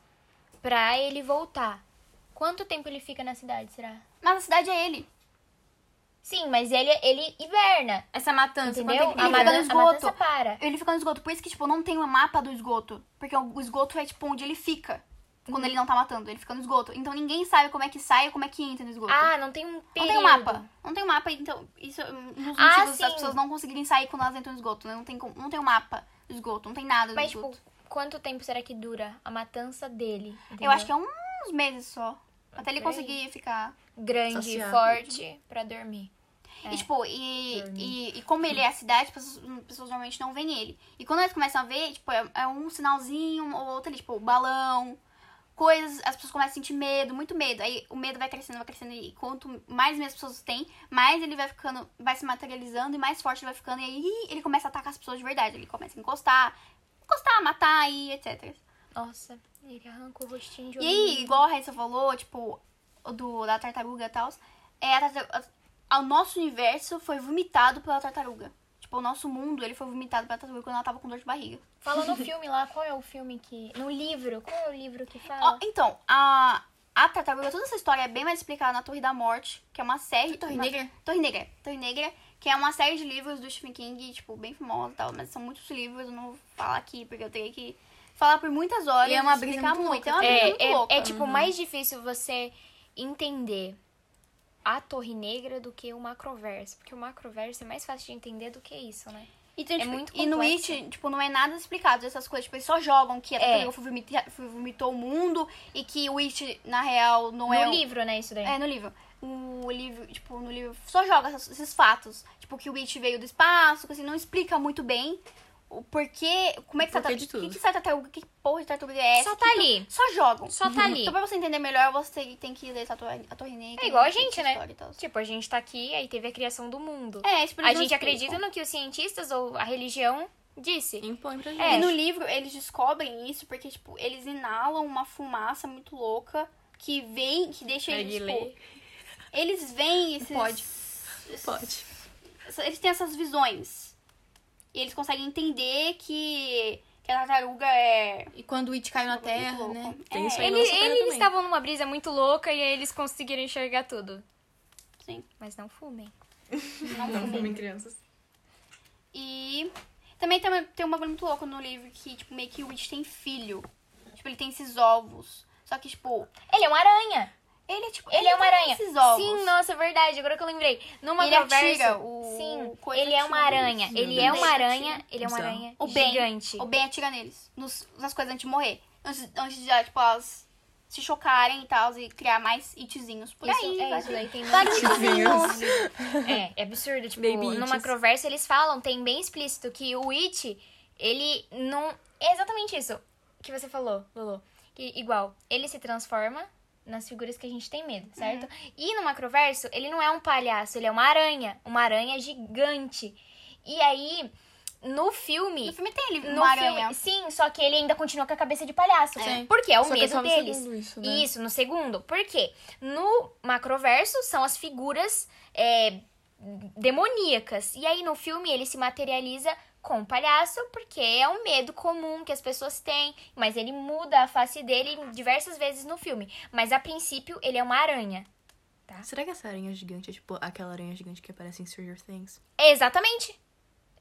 pra ele voltar, quanto tempo ele fica na cidade, será?
Mas a cidade é ele.
Sim, mas ele, ele hiberna,
Essa matança, quanto
entendeu?
tempo
ele
A,
fica
dura?
no
matan- a
esgoto?
matança para.
Ele fica no esgoto. Por isso que, tipo, não tem um mapa do esgoto. Porque o esgoto é, tipo, onde ele fica. Quando ele não tá matando, ele fica no esgoto. Então ninguém sabe como é que sai e como é que entra no esgoto.
Ah, não tem um
não
período.
tem um mapa. Não tem um mapa, então. Isso é um dos motivos
Ah,
das
sim.
pessoas não conseguirem sair quando elas entram no esgoto. Né? Não, tem, como- não tem um mapa do esgoto, não tem nada do
Mas,
esgoto.
tipo, quanto tempo será que dura a matança dele?
Eu acho que é uns meses só. Até ele
Por aí.
conseguir ficar.
é grande e
Saciar.
forte pra dormir. É.
E, tipo, e, e, e como ele é a cidade, as pessoas, as pessoas normalmente não veem ele. E quando elas começam a ver, tipo, é, é um sinalzinho ou outro ali, tipo, balão, coisas, as pessoas começam a sentir medo, muito medo. Aí o medo vai crescendo, vai crescendo. E quanto mais medo as pessoas têm, mais ele vai ficando, vai se materializando e mais forte ele vai ficando. E aí ele começa a atacar as pessoas de verdade. Ele começa a encostar, encostar, matar e etc.
Nossa, ele arranca o rostinho de
E
um
aí, igual a Raíssa falou, tipo, o do, da tartaruga e tal, é, a tartaruga, a- o nosso universo foi vomitado pela tartaruga. Tipo, o nosso mundo, ele foi vomitado pela tartaruga quando ela tava com dor de barriga.
Fala no filme lá, qual é o filme que. No livro, qual é o livro que
Ó,
Ah.
fala?
então, a, a tartaruga, toda essa história é bem mais explicada na Torre da Morte, que é uma série...
Torre
uma-
Negra?
Torre Negra. Torre Negra, que é uma série de livros do Stephen King, tipo, bem famosa e tal, mas são muitos livros, eu não vou falar aqui, porque eu teria que falar por muitas horas
E é uma briga
explicar
muito
muito.
louca.
É uma briga muito
é,
louca.
é, tipo mais difícil você entender a Torre Negra do que o Macroverso. Porque o Macroverso é mais fácil de entender do que isso, né?
Então,
É
tipo,
muito
e no
complexo.
It, tipo, não é nada explicado essas coisas. Tipo, eles só jogam que a
É.
tartaruga foi vomita- foi- vomitou o mundo e que o It, na real, não é...
no
o-
livro, né? Isso daí.
É, no livro. O livro, tipo, no livro só joga essas- esses fatos. Tipo, que o It veio do espaço, que assim, não explica muito bem o porquê, como é
O porquê
que tartaruga...
de tudo.
Que que essa tartaruga, que porra de tartaruga é essa?
Só
Que
tá
que-
ali.
Só jogam.
Só tá ali.
Então, pra você entender melhor, você tem que ler a Torre, a torre Negra.
É igual a
essa
gente, né?
história e tal.
Tipo, a gente tá aqui, aí teve a criação do mundo.
É, tipo, eles
a
não
gente
explicam.
acredita no que os cientistas ou a religião disse.
Impõe pra gente.
É.
E no livro eles descobrem isso porque, tipo, eles inalam uma fumaça muito louca que vem, que deixa
Aí
eles, tipo,
lê.
eles veem esses...
Pode.
esses-
Pode.
Eles têm essas visões. E eles conseguem entender que, que a tartaruga é...
E quando o It caiu na
muito
terra,
louca.
né?
Tem
É,
isso aí.
Ele-
na nossa terra
eles
também.
estavam numa brisa muito louca e aí eles conseguiram enxergar tudo.
sim.
Mas não fumem.
Não fumem crianças.
E também tem, uma- tem um bagulho muito louco no livro que, tipo, meio que o Witch tem filho. Tipo, ele tem esses ovos. Só que, tipo,
Ele é uma aranha.
ele é tipo...
Ele é uma
tem
aranha.
Esses ovos.
Sim, nossa, é verdade. Agora que eu lembrei. Numa
Ele é
conversa.
atira o- o
Sim,
coisa
ele é uma
atira.
aranha.
Sim,
Ele
meu
é
Deus.
uma aranha. Ele é uma
Bizarro.
aranha
O bem.
gigante.
O Ben atira neles. Nos, nas coisas antes de morrer. Antes, antes de, ah, tipo, elas se chocarem e tal. E criar mais itzinhos por
Isso,
aí.
é,
vai
isso daí tem
Vários
muito-
itzinhos.
É, é absurdo. Tipo,
Baby
numa
itches.
macroversa eles falam, tem bem explícito, que o It, ele não. É exatamente isso que você falou, Lulu. Que, igual, ele se transforma nas figuras que a gente tem medo, certo? E no macroverso, ele não é um palhaço, ele é uma aranha. Uma aranha gigante. E aí, no filme.
No filme tem ele,
no
uma
filme-
aranha.
sim, só que ele ainda continua com a cabeça de palhaço.
Sim.
Porque é o
Só que é
medo
só no
deles.
segundo isso, né?
Isso, no segundo. Por quê? No macroverso são as figuras é, demoníacas. E aí no filme ele se materializa com o palhaço, porque é um medo comum que as pessoas têm. Mas ele muda a face dele diversas vezes no filme. Mas a princípio ele é uma aranha.
Será que essa aranha gigante é tipo aquela aranha gigante que aparece em Stranger Things?
É, exatamente.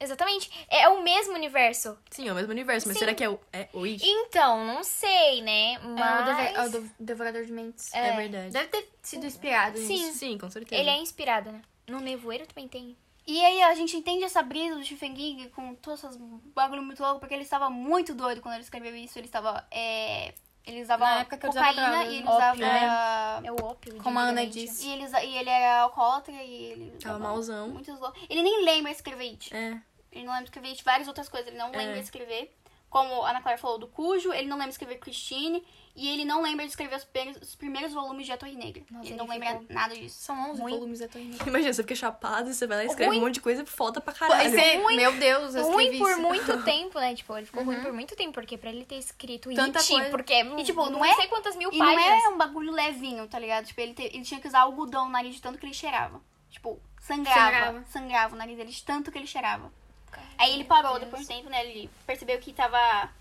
Exatamente. É o mesmo universo.
Sim, é o mesmo universo, mas
Sim.
será que é o, é o It?
Então, não sei, né?
É o, deve-
Mas
é o do- Devorador de Mentes.
É verdade.
Deve ter sido inspirado nisso.
Sim.
Sim, com certeza.
ele é inspirado, né? No nevoeiro também tem.
E aí a gente entende essa brisa do Stephen King com todos esses bagulho muito louco. Porque ele estava muito doido quando ele escreveu isso. Ele estava... É... Ele usava
Na época que eu usava
cocaína
drogas, né?
e ele
ópio,
usava...
É o ópio.
Como a Ana
antigamente.
disse.
E ele, usa- e ele era alcoólatra e ele...
Tava
usava
mauzão.
Muitos loucos. Ele nem lembra escrever it.
É.
É.
Ele não lembra escrever it, várias outras coisas. Ele não lembra escrever. Como a Ana Clara falou do Cujo, ele não lembra escrever Christine e ele não lembra de escrever os primeiros, os primeiros volumes de A Torre Negra.
Nossa, ele
ele
é
não lembra
ficou-
nada disso.
São 11
Ruim.
volumes é da Torre Negra.
Imagina, você fica chapado e você vai lá e escreve
Ruim.
um monte de coisa e falta pra
Pois
caralho.
é,
Ruim.
meu Deus, eu
Ruim
escrevi
por
isso.
muito tempo, né? Tipo, ele ficou ruim por muito tempo, porque pra ele ter escrito
Tanta
It,
coisa.
porque e,
tipo,
não,
não é-
sei quantas mil
E não
páginas.
é um bagulho levinho, tá ligado? Tipo, ele, te- ele tinha que usar algodão no nariz de tanto que ele cheirava. Tipo, sangrava.
Sangrava.
Sangrava, o nariz dele de tanto que ele cheirava.
Cara,
Aí ele parou depois de um tempo, né? Ele percebeu que tava.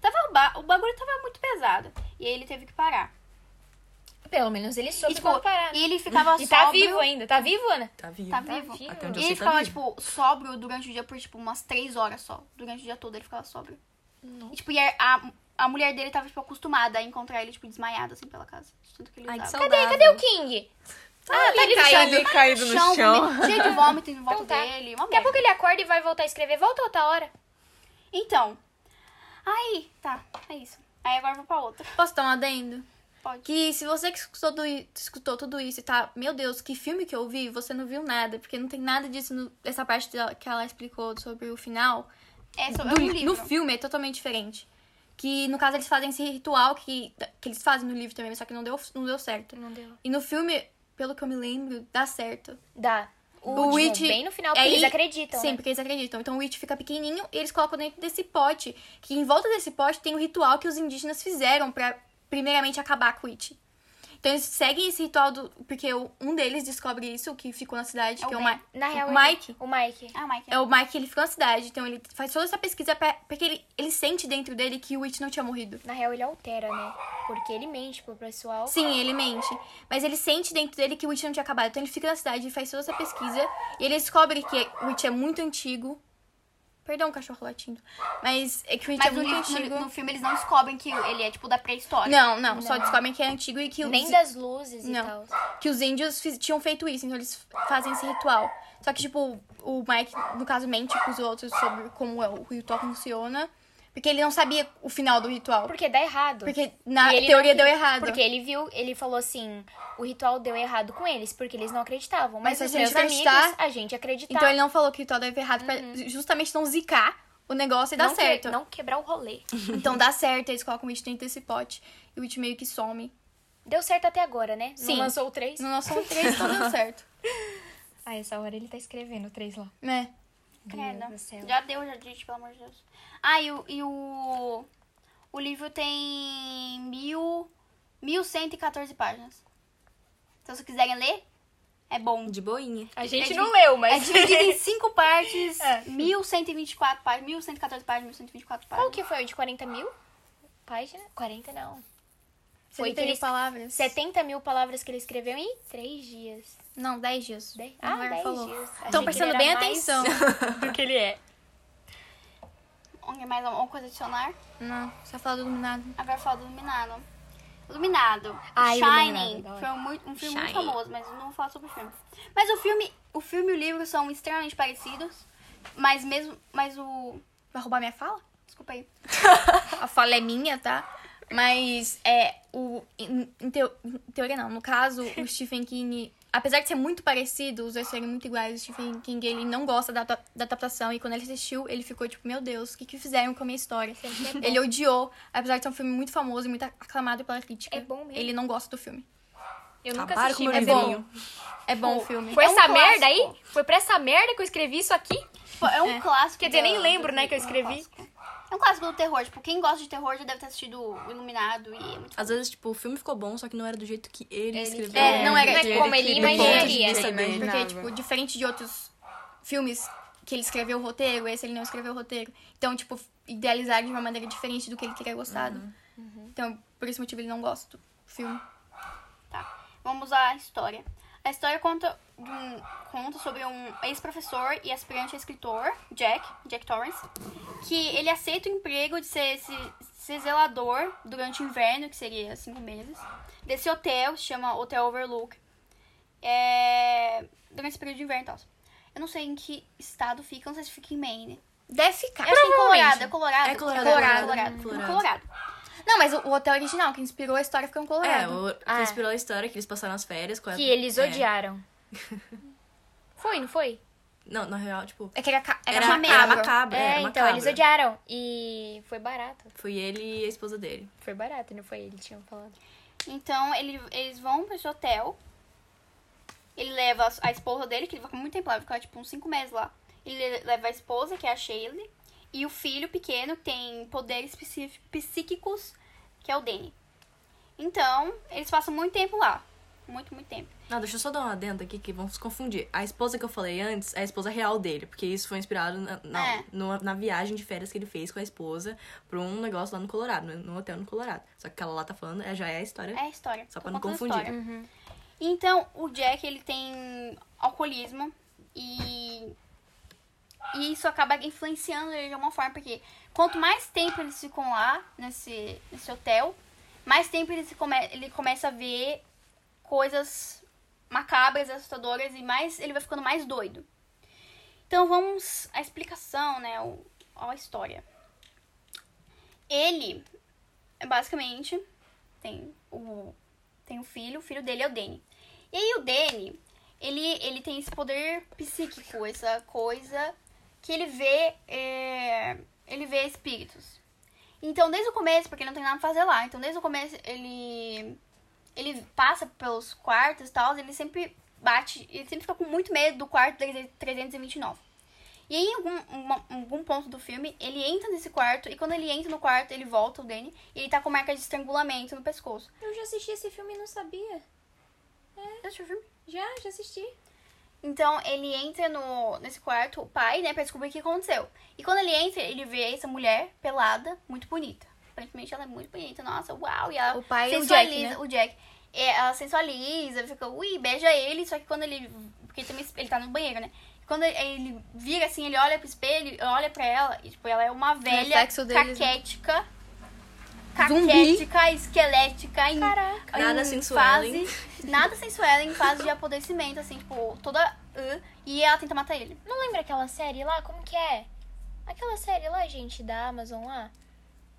Tava. O, ba- o bagulho tava muito pesado. E aí ele teve que parar.
Pelo menos ele soube
E, tipo,
como parar.
e ele ficava
E tá
sóbrio-
vivo ainda. Tá vivo, Ana?
Tá vivo.
Tá
Tá
vivo.
vivo.
Até onde eu
E
sei,
ele
tá
ficava,
vivo.
tipo, sóbrio durante o dia por, tipo, umas três horas só. Durante o dia todo ele ficava sóbrio. E, tipo, e a, a, a mulher dele tava, tipo, acostumada a encontrar ele, tipo, desmaiado, assim, pela casa. de Tanto que ele
Ai, que
usava.
saudável.
Cadê o King? Ah, tá
Caído, caído no chão.
vomit- cheio de vômito em volta
Então tá.
dele. Uma
Daqui a
merda.
pouco ele acorda e vai voltar a escrever. Volta outra hora.
Então. Aí, tá. É isso. Aí agora eu vou pra outra.
Posso dar um adendo?
Pode.
Que se você que escutou, tudo i- escutou tudo isso e tá, meu Deus, que filme que eu vi, você não viu nada, porque não tem nada disso no- essa parte dela- que ela explicou sobre o final.
É sobre
Do-
o livro.
no filme é totalmente diferente. Que no caso eles fazem esse ritual que, que eles fazem no livro também, só que não deu, não deu certo. né?
Não deu.
E no filme, pelo que eu me lembro, dá certo.
Dá. O,
O
último,
It-
bem no final, porque
aí-
eles acreditam.
Sim,
né?
porque eles acreditam. Então o It fica pequenininho e eles colocam dentro desse pote. Que em volta desse pote tem o ritual que os indígenas fizeram pra, primeiramente, acabar com o It. Então eles seguem esse ritual do. Porque o- um deles descobre isso, o que ficou na cidade,
É o
que é o
Ben.
Mike.
Na real,
o
ele-
Mike.
O Mike.
Ah, Mike.
É o Mike, ele ficou na cidade. Então ele faz toda essa pesquisa pra, porque ele, ele sente dentro dele que o It não tinha morrido.
Na real, ele altera, né? Porque ele mente pro pessoal.
Sim, ele mente. Mas ele sente dentro dele que o Witch não tinha acabado. Então ele fica na cidade e faz toda essa pesquisa. E ele descobre que o Witch é muito antigo. Perdão, cachorro latindo. Mas é que o Witch
Mas
é
no,
muito
livro,
antigo.
no, no filme eles não descobrem que ele é, tipo, da pré-história.
Não, não, Só descobrem que é antigo e que os,
Nem das luzes
Não.
e tal.
que os índios fiz- tinham feito isso. Então eles fazem esse ritual. Só que, tipo, o Mike, no caso, mente pros outros sobre como é o ritual funciona. Porque ele não sabia o final do ritual.
Porque dá errado.
Porque na
E ele
teoria
não-
deu errado.
Porque ele viu, ele falou assim, o ritual deu errado com eles, porque eles não acreditavam. Mas,
Mas se a
os meus
gente
amigos,
acreditar-
a gente acreditava.
Então ele não falou que o tal deve errado pra justamente não zicar o negócio e dar
Uhum. não que-
certo.
não quebrar o rolê.
Então dá certo, eles colocam o Witch dentro desse pote. E o Witch meio que some.
Deu certo até agora, né?
Sim.
Não lançou o 3?
No nosso são três, então deu certo.
Ah, essa hora ele tá escrevendo o 3 lá.
Né?
Credo.
Meu Deus do céu.
Já deu, já disse, pelo amor de Deus. Ah, e o, e o, o livro tem mil, 1114 páginas. Então, se quiserem ler, é bom.
De boinha.
A gente
É
não
divi-
leu,
É
mas...
dividido em cinco partes,
É.
1124 páginas, 1114 páginas, 1124 páginas.
Qual que foi? O de 40 mil? Página? 40 não. Foi
Foi
que eles-
palavras?
70 mil palavras que ele escreveu em 3 dias.
Não, 10 dias.
Dez-
A
Ah,
mulher
10
falou.
dias.
Estão
Achei que
prestando
ele
bem
era mais
atenção.
Do que ele é.
Alguém mais alguma coisa a adicionar?
Não, só fala do iluminado.
Agora fala do Iluminado. Iluminado.
Ah,
Shining.
Iluminado, da hora.
foi um, muito- um filme muito
Shining.
famoso, mas não vou falar sobre o filme. Mas o filme, o filme e o livro são extremamente parecidos. Mas mesmo. Mas o.
Vai roubar minha fala?
Desculpa aí.
A fala é minha, tá? Mas é o. Em, em teo- em teoria não. No caso, o Stephen King, apesar de ser muito parecido, os dois serem muito iguais, o Stephen King ele não gosta da, adap- da adaptação. E quando ele assistiu, ele ficou tipo, meu Deus, o que, que fizeram com a minha história? Ele odiou, apesar de ser um filme muito famoso e muito aclamado pela crítica.
É bom mesmo.
Ele não gosta do filme.
Eu nunca
Acabaram com o
assisti,
meu
mas
é bom.
livrinho.
É bom o filme.
Foi
É um
essa
clássico.
merda aí? Foi pra essa merda que eu escrevi isso aqui?
Pô, É um clássico.
Quer dizer,
da-
nem lembro,
do-
né, que eu
é um
escrevi.
clássico. É um clássico do terror. Tipo, quem gosta de terror já deve ter assistido o Iluminado e é muito
Às vezes, tipo, o filme ficou bom, só que não era do jeito que ele,
Ele-
escreveu.
É, não era
que
como ele
do ponto de
imaginaria.
vista dele.
Ele imagina-
Porque,
Nada.
tipo, diferente de outros filmes que ele escreveu o roteiro, esse ele não escreveu o roteiro. Então, tipo, idealizaram de uma maneira diferente do que ele teria gostado.
Uhum.
Então, por esse motivo, ele não gosta do filme.
Tá. Vamos à história. A história conta, de um- conta sobre um ex-professor e aspirante a escritor, Jack, Jack Torrance, que ele aceita o emprego de ser, esse- ser zelador durante o inverno, que seria cinco meses, desse hotel, que se chama Hotel Overlook, é, durante esse período de inverno e tal. Eu não sei em que estado fica, eu não sei se fica em Maine.
Deve ficar.
Eu acho que é em Colorado, é
Provavelmente.
Colorado.
É Colorado,
é
é
Colorado.
Colorado.
Colorado.
Colorado.
Colorado.
Não, mas o, o hotel original, que inspirou a história, ficou em
É,
Colorado.
o
Ah.
que inspirou a é. história, que eles passaram as férias com a...
Que eles
é.
odiaram. Foi, não foi?
Não, na real, tipo,
É que era, ca... era,
Era
macabro.
macabro. macabra,
é,
era
então,
macabra.
eles odiaram. E foi barato.
foi ele e a esposa dele.
Foi barato, não foi ele, tinham falado.
Então ele- eles vão pra esse hotel. Ele leva a s- a esposa dele, que ele vai ficar muito tempo lá, vai ficar tipo uns 5 meses lá. Ele le- leva a esposa, que é a Shaylee, e o filho pequeno, que tem poderes psi- psíquicos, que é o Danny. Então, eles passam muito tempo lá. Muito, muito tempo.
Não, deixa eu só dar uma adenda aqui que vão se confundir. A esposa que eu falei antes é a esposa real dele, porque isso foi inspirado na, na,
É.
numa- na viagem de férias que ele fez com a esposa pra um negócio lá no Colorado, né, num hotel no Colorado. Só que aquela lá tá falando é, já é a história.
É a história.
Só
Tô
pra não
contando a
confundir.
história. Então, o Jack, ele tem alcoolismo e... E isso acaba influenciando ele de alguma forma, porque quanto mais tempo eles ficam lá, nesse, nesse hotel, mais tempo ele, se come, ele começa a ver coisas macabras, assustadoras, e mais ele vai ficando mais doido. Então vamos à explicação, né, o- à história. Ele, basicamente, tem o tem um filho, o filho dele é o Danny. E aí o Danny, ele, ele tem esse poder psíquico, essa coisa que ele vê, é, ele vê espíritos. Então, desde o começo, porque ele não tem nada pra fazer lá, então desde o começo ele ele passa pelos quartos e tal, ele sempre bate, ele sempre fica com muito medo do quarto 329. E aí, em algum, uma- algum ponto do filme, ele entra nesse quarto, e quando ele entra no quarto, ele volta, o Danny, e ele tá com marca de estrangulamento no pescoço.
Eu já assisti esse filme e não sabia.
Esse é o filme.
Já, já assisti.
Então ele entra no, nesse quarto, o pai, né, pra descobrir o que aconteceu. E quando ele entra, ele vê essa mulher pelada, muito bonita. Aparentemente ela é muito bonita, nossa, uau! E ela
O pai e o
sensualiza
Jack, né?
o Jack. É, ela sensualiza, fica, ui, beija ele, só que quando ele. Porque ele, também, ele tá no banheiro, né? Quando ele, ele vira assim, ele olha pro espelho, ele olha pra ela, e tipo, ela é uma velha
reflexo deles, né?
caquética.
Zumbi.
Caquética, esquelética, em-
Caraca.
em
Nada sensual, hein?
fase- Nada sensual em fase de apodrecimento, assim, tipo, toda. "Ã", e ela tenta matar ele.
Não lembra aquela série lá? Como que é? Aquela série lá, gente, da Amazon lá?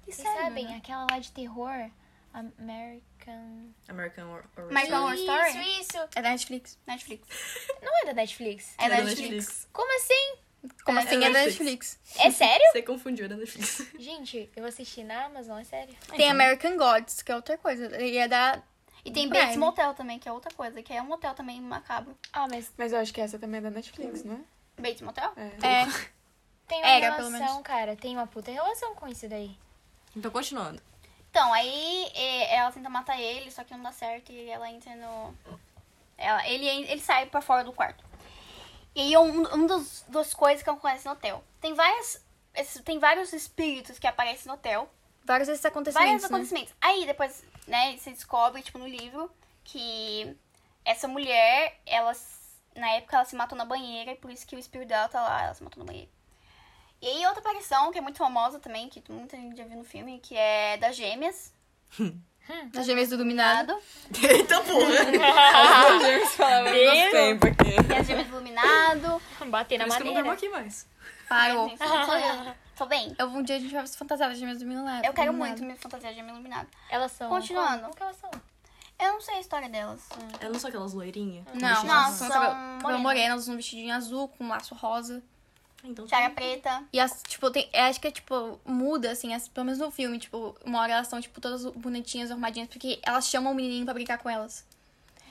Que
é
Vocês
sério,
sabem?
né?
Aquela lá de terror. American...
American Horror Horror
Mas
Story.
Horror Story?
Isso, isso.
É da Netflix.
Netflix.
Não é da Netflix.
É da
Da
Netflix.
Como assim?
Como
É,
assim?
é
É da
Netflix.
Netflix.
É sério?
Você confundiu, era Netflix.
gente, eu assisti na Amazon, é sério.
Então.
Tem American Gods, que é outra coisa. E é da.
E tem
Prime.
Bates Motel também, que é outra coisa, que é um motel também macabro. Hum.
Ah, mas
Mas eu acho que essa também é da Netflix, não é?
Bates Motel?
É.
É.
tem
É,
uma
Era, pelo
relação, cara. Tem uma puta relação com isso daí.
Então, continuando.
Então, aí é, ela tenta matar ele, só que não dá certo e ela entra no. Ela, ele, en- ele sai pra fora do quarto. E aí é um, um dos das coisas que acontece no hotel. Tem várias. esses- Tem vários espíritos que aparecem no hotel.
Vários desses acontecimentos.
Vários
né?
acontecimentos. Aí depois, né, você descobre, tipo, no livro, que essa mulher, ela. s- Na época ela se matou na banheira, e por isso que o espírito dela tá lá, ela se matou na banheira. E aí outra aparição, que é muito famosa também, que muita gente já viu no filme, que é das gêmeas.
As gêmeas do Dominado.
Eita porra!
Nosso tempo aqui.
E as gêmeas do iluminado.
Bater
Por
na
isso que eu não durmo
madeira.
aqui mais.
Parou.
Tô bem.
Eu, um dia a gente vai se fantasiar das gêmeas do Dominado.
Eu quero
Dominado.
muito me fantasiar de gêmea iluminado.
Elas são...
Continuando.
Como, como que elas são?
Eu não sei a história delas.
Eu não sou aquelas loirinhas.
Não,
Não,
não, são
são
cabelo, cabelo
morenas.
moreno, usam um vestidinho azul com um laço rosa.
Então,
Tiara preta.
E as, tipo, tem, é, acho que é, tipo, muda, assim, as- pelo menos no filme, tipo, uma hora elas são, tipo, todas bonitinhas, arrumadinhas, porque elas chamam o menininho pra brincar com elas.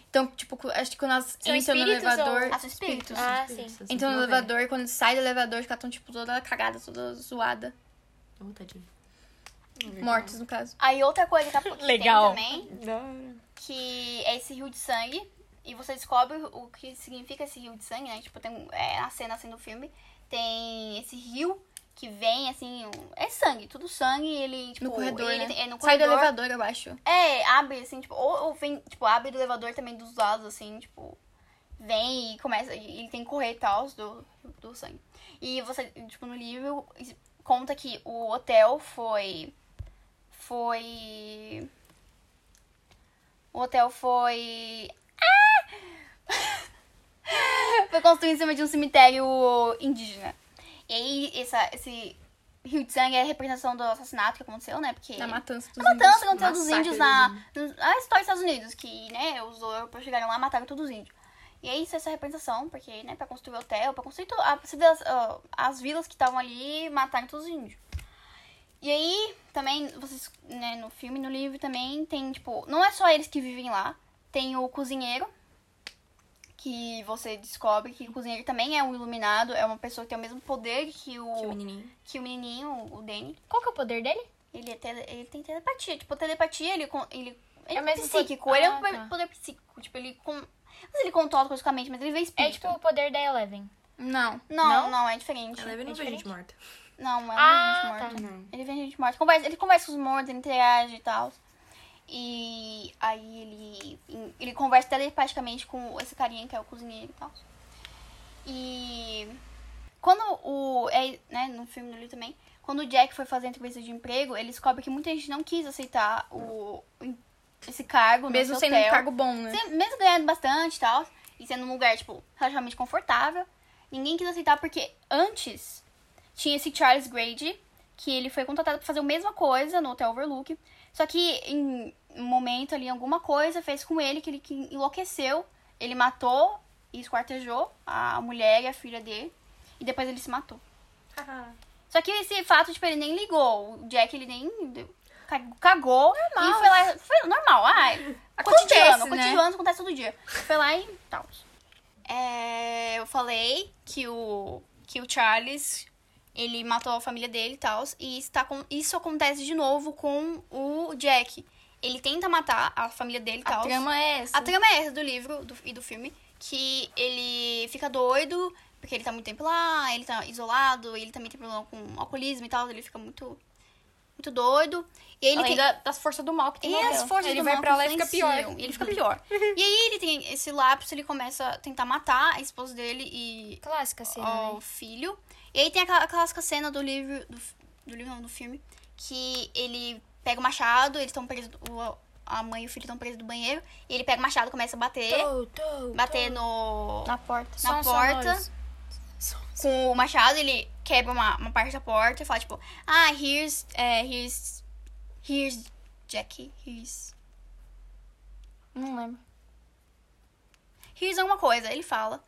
Então, tipo, cu- acho que quando elas
São
entram no
espíritos
elevador.
ou-
Ah, são espíritos.
Ah, sim.
Entram no
assim, Novela.
elevador, e quando sai do elevador, elas estão, tipo, toda cagada, toda zoada.
Ô, tadinho.
Mortas, no caso.
Aí outra coisa que a- que
Legal.
tem também
Da hora.
que é esse rio de sangue. E você descobre o que significa esse rio de sangue, né? Tipo, tem um- é, a cena assim do filme. Tem esse rio que vem, assim. um- É sangue, tudo sangue. e Ele, tipo,
No corredor,
ele,
né?
é, no
Sai do
corredor.
elevador, eu acho.
É, abre, assim, tipo, ou, ou vem, tipo, abre do elevador também dos lados, assim, tipo, vem e começa, e ele tem que correr e tal, do, do sangue. E você, tipo, no livro, es- conta que o hotel foi, foi, o hotel foi, ah! foi construído em cima de um cemitério indígena. E aí, essa, esse rio de sangue é a representação do assassinato que aconteceu, né, porque...
Na matança dos
A matança que
índios.
aconteceu dos
Massacre
índios na. A história dos Estados Unidos, que, né, os europeus chegaram lá e mataram todos os índios. E é isso, essa representação, porque, né, pra construir o hotel, pra construir to- a- você vê as, ah, as vilas que estavam ali, mataram todos os índios. E aí, também, vocês, né, no filme, no livro também, tem, tipo, não é só eles que vivem lá, tem o cozinheiro, que você descobre que o cozinheiro também é um iluminado, é uma pessoa que tem o mesmo poder que o,
Que menininho.
que o menininho, o Danny.
Qual que é o poder dele?
Ele, é tele- ele tem telepatia. Tipo, telepatia, ele, con- ele,
É
ele é,
o mesmo
psíquico.
poder-
Ele é
Ah,
um
tá.
poder psíquico. Tipo, ele... Com... Não sei se ele controla coisas com a mente, mas ele vê
É
espírito.
tipo o poder da Eleven.
Não.
Não,
não?
não, é diferente.
Ela não vê gente morta.
Não, ela
Ah,
não vê gente
tá.
morta.
Não.
Ele vê gente morta. Conversa, ele conversa com os mortos, ele interage e tal. E aí ele, ele conversa telepaticamente com esse carinha que é o cozinheiro e tal. E quando o. É, né, no filme do Lee também, quando o Jack foi fazer a entrevista de emprego, ele descobre que muita gente não quis aceitar o, esse cargo.
Mesmo
nesse
sendo
hotel.
um cargo bom, né?
Você- mesmo ganhando bastante e tal, e sendo um lugar, tipo, relativamente confortável, ninguém quis aceitar porque antes tinha esse Charles Grady, que ele foi contratado pra fazer a mesma coisa no Hotel Overlook, só que em um momento ali, alguma coisa fez com ele que ele que enlouqueceu, ele matou e esquartejou a mulher e a filha dele, e depois ele se matou. Só que esse fato, tipo, ele nem ligou. O Jack, ele nem deu- ca- cagou. E foi lá. Foi normal. Ai, cotidiano.
né?
Cotidiano acontece todo dia. Foi lá e tal. É, eu falei que o, que o Charles, ele matou a família dele e tal. E está com, isso acontece de novo com o Jack. Ele tenta matar a família dele e
A
tal.
trama é essa.
A trama é essa do livro do- e do filme, que ele fica doido, porque ele tá muito tempo lá, ele tá isolado, ele também tem problema com alcoolismo e tal, ele fica muito, muito doido. E aí ele
Além
tem...
da- das forças do mal que tem
E
no
as
hotel.
forças
Ele
do
vai
mal
pra
que
lá e fica
influenciam,
pior.
e ele fica pior. e aí ele tem esse lapso, ele começa a tentar matar a esposa dele e
Clássica cena,
ao
né?
filho. E aí tem aquela a clássica cena do livro, do, f- do livro não, do filme, que ele pega o machado, eles estão presos, o- a mãe e o filho estão presos do banheiro, e ele pega o machado e começa a bater, bater no,
Na porta.
um
na
Som
porta.
sonoros.
Com o machado, ele quebra uma, uma parte da porta e fala, tipo, ah, here's, é, here's, here's Jackie, here's...
Não lembro.
here's alguma coisa, ele fala.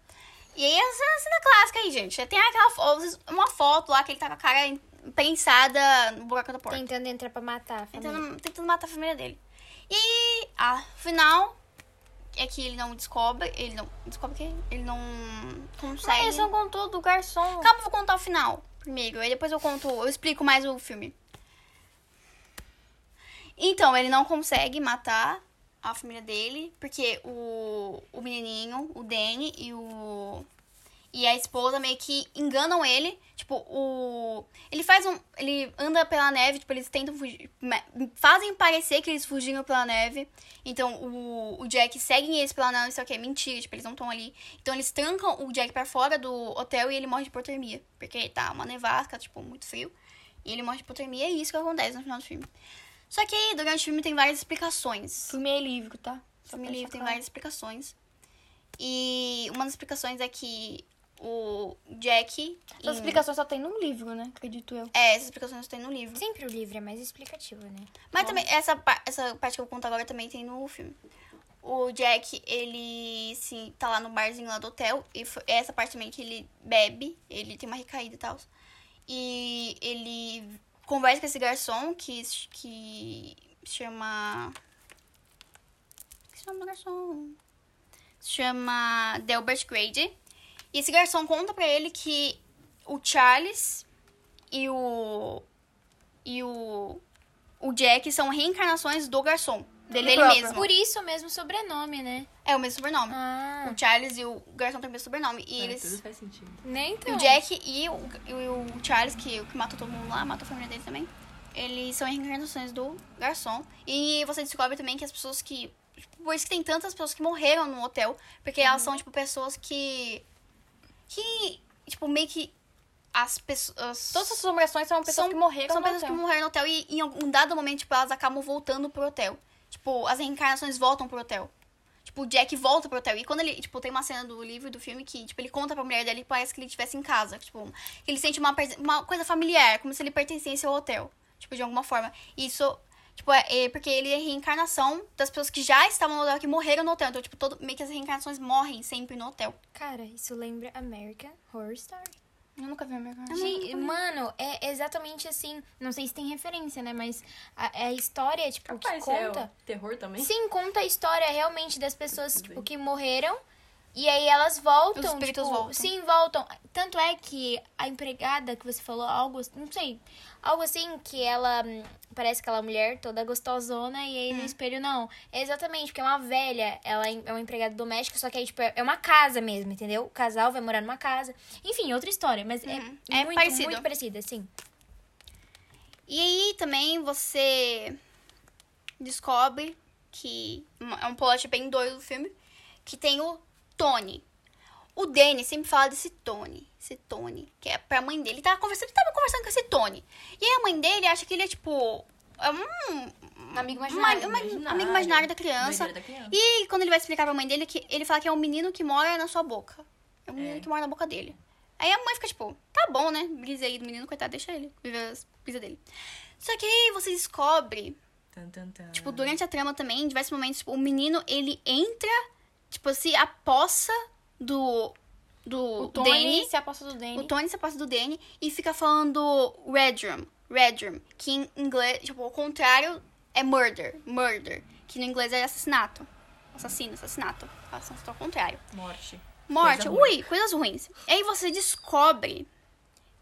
E aí essa é a cena clássica aí, gente. Tem aquela fo- uma foto lá que ele tá com a cara em- prensada no buraco da porta.
Tentando entrar pra matar a família.
Tentando, tentando matar a família dele. E aí, ah, o final é que ele não descobre, ele não descobre que ele não consegue.
Mas não contou do garçom.
Calma, eu vou contar o final primeiro. Aí depois eu conto, eu explico mais o filme. Então, ele não consegue matar a família dele, porque o, o menininho, o Danny e o e a esposa meio que enganam ele, tipo, o ele faz um, ele anda pela neve, tipo, eles tentam fugir, ma- fazem parecer que eles fugiram pela neve. Então, o, o Jack segue eles pela neve, só que é mentira, tipo, eles não estão ali. Então, eles trancam o Jack pra fora do hotel e ele morre de hipotermia, porque tá uma nevasca, tipo, muito frio. E ele morre de hipotermia e é isso que acontece no final do filme. Só que aí, durante o filme, tem várias explicações.
Filme é livro, tá?
O filme livre tem várias explicações. E uma das explicações é que o Jack.
Essas
em-
explicações só tem num livro, né? Acredito eu.
É, essas explicações tem no livro.
Sempre o livro é mais explicativo, né?
Mas também, essa, pa- essa parte que eu conto agora também tem no filme. O Jack, ele se, tá lá no barzinho lá do hotel. E fo- é essa parte também que ele bebe, ele tem uma recaída e tal. E ele conversa com esse garçom que, s- que chama. Que chama o garçom? Chama Delbert Grady. E esse garçom conta pra ele que o Charles e o. E o o Jack são reencarnações do garçom. Dele,
próprio.
mesmo.
Por isso mesmo sobrenome, né?
É o mesmo sobrenome.
Ah,
O Charles e o garçom têm o mesmo sobrenome. E
É, tudo
eles.
faz sentido.
nem
O Jack e o, e o Charles, que, que matou todo mundo lá, matou a família dele também. Eles são reencarnações do garçom. E você descobre também que as pessoas que. tipo, Por isso que tem tantas pessoas que morreram no hotel. Porque elas são, tipo, pessoas que. Que. Tipo, meio que. As pessoas.
Todas as assombrações são pessoas que morreram
São
no
pessoas
hotel.
que morreram né, no hotel e em algum dado momento, tipo, elas acabam voltando pro hotel. Tipo, as reencarnações voltam pro hotel. Tipo, o Jack volta pro hotel. E quando ele, tipo, tem uma cena do livro e do filme que, tipo, ele conta pra mulher dele e parece que ele estivesse em casa. Tipo, ele sente uma, presen- uma coisa familiar, como se ele pertencesse ao hotel. Tipo, de alguma forma. E isso, Tipo, é, é porque ele é reencarnação das pessoas que já estavam no hotel, que morreram no hotel. Então, tipo, todo, meio que as reencarnações morrem sempre no hotel.
Cara, isso lembra American Horror Story.
Eu nunca vi American Horror
Gente, mano, é exatamente assim. Não sei se tem referência, né? Mas a, a história, tipo, que conta.
é terror também?
Sim, conta a história realmente das pessoas tipo, que morreram. E aí elas voltam.
Os espíritos
tipo,
voltam.
Sim, voltam. Tanto é que a empregada que você falou, algo. Não sei. Algo assim que ela. hum, Parece aquela mulher toda gostosona e
Hum.
aí no espelho não. É exatamente, porque é uma velha. Ela é uma empregada doméstica, só que aí, tipo, é é uma casa mesmo, entendeu? O casal vai morar numa casa. Enfim, outra história, mas é,
É
muito,
parecido.
muito parecida, sim.
E aí também você descobre que é um plot bem doido do filme, que tem o Tony. O Danny sempre fala desse Tony, esse Tony, que é pra mãe dele. Ele tava conversando, ele tava conversando com esse Tony. E aí a mãe dele acha que ele é tipo é um
Um amigo
uma- uma- amigo imaginário da criança.
Da criança.
E quando ele vai explicar pra mãe dele, que ele fala que é um menino que mora na sua boca. É um menino
É.
que mora na boca dele. Aí a mãe fica tipo, tá bom, né? Brisa aí do menino, coitado, deixa ele viver as brisas dele. Só que aí você descobre,
Tan, tan, tan.
tipo, durante a trama também, em diversos momentos, tipo, o menino, ele entra, tipo, se apossa do... Do
O Tony
Danny.
se aposta do Danny.
O Tony se afasta do Danny e fica falando Redrum, Redrum, que em inglês, tipo, ao contrário é murder, murder, que no inglês é assassinato. Assassino, assassinato. Assassinato ao contrário.
Morte.
Morte,
Coisa ruim.
ui, coisas ruins. Aí você descobre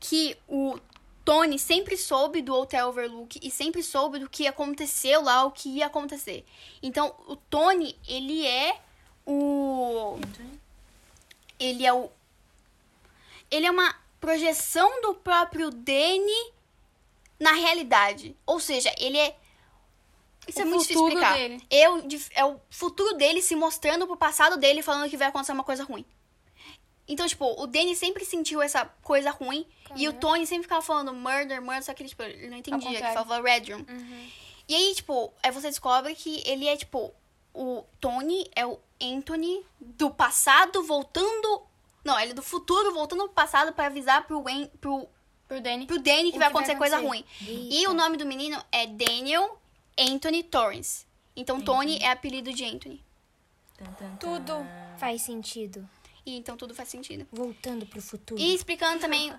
que o Tony sempre soube do Hotel Overlook e sempre soube do que aconteceu lá, o que ia acontecer. Então, o Tony, ele é o. Ele é o. Ele é uma projeção do próprio Danny na realidade. Ou seja, ele é. Isso
O
é muito difícil
futuro
explicar.
dele.
Eu, dif- é o futuro dele se mostrando pro passado dele falando que vai acontecer uma coisa ruim. Então, tipo, o Danny sempre sentiu essa coisa ruim. E o
Uhum.
Tony sempre ficava falando murder, murder, só que ele, tipo, ele não entendia, que
contrário. Uhum.
falava red room. E aí, tipo, aí você descobre que ele é, tipo, o Tony é o Anthony do passado voltando. Não, ele é do futuro voltando pro passado pra avisar pro, Wen, pro,
Pro Danny.
pro Danny que,
que vai
vai acontecer coisa ruim.
acontecer.
E o nome do menino é Daniel Anthony Torrance. Então,
Uhum.
Tony é apelido de Anthony.
Tan, tan, tan.
Tudo.
Faz sentido.
E então tudo faz sentido.
Voltando pro futuro.
E explicando também.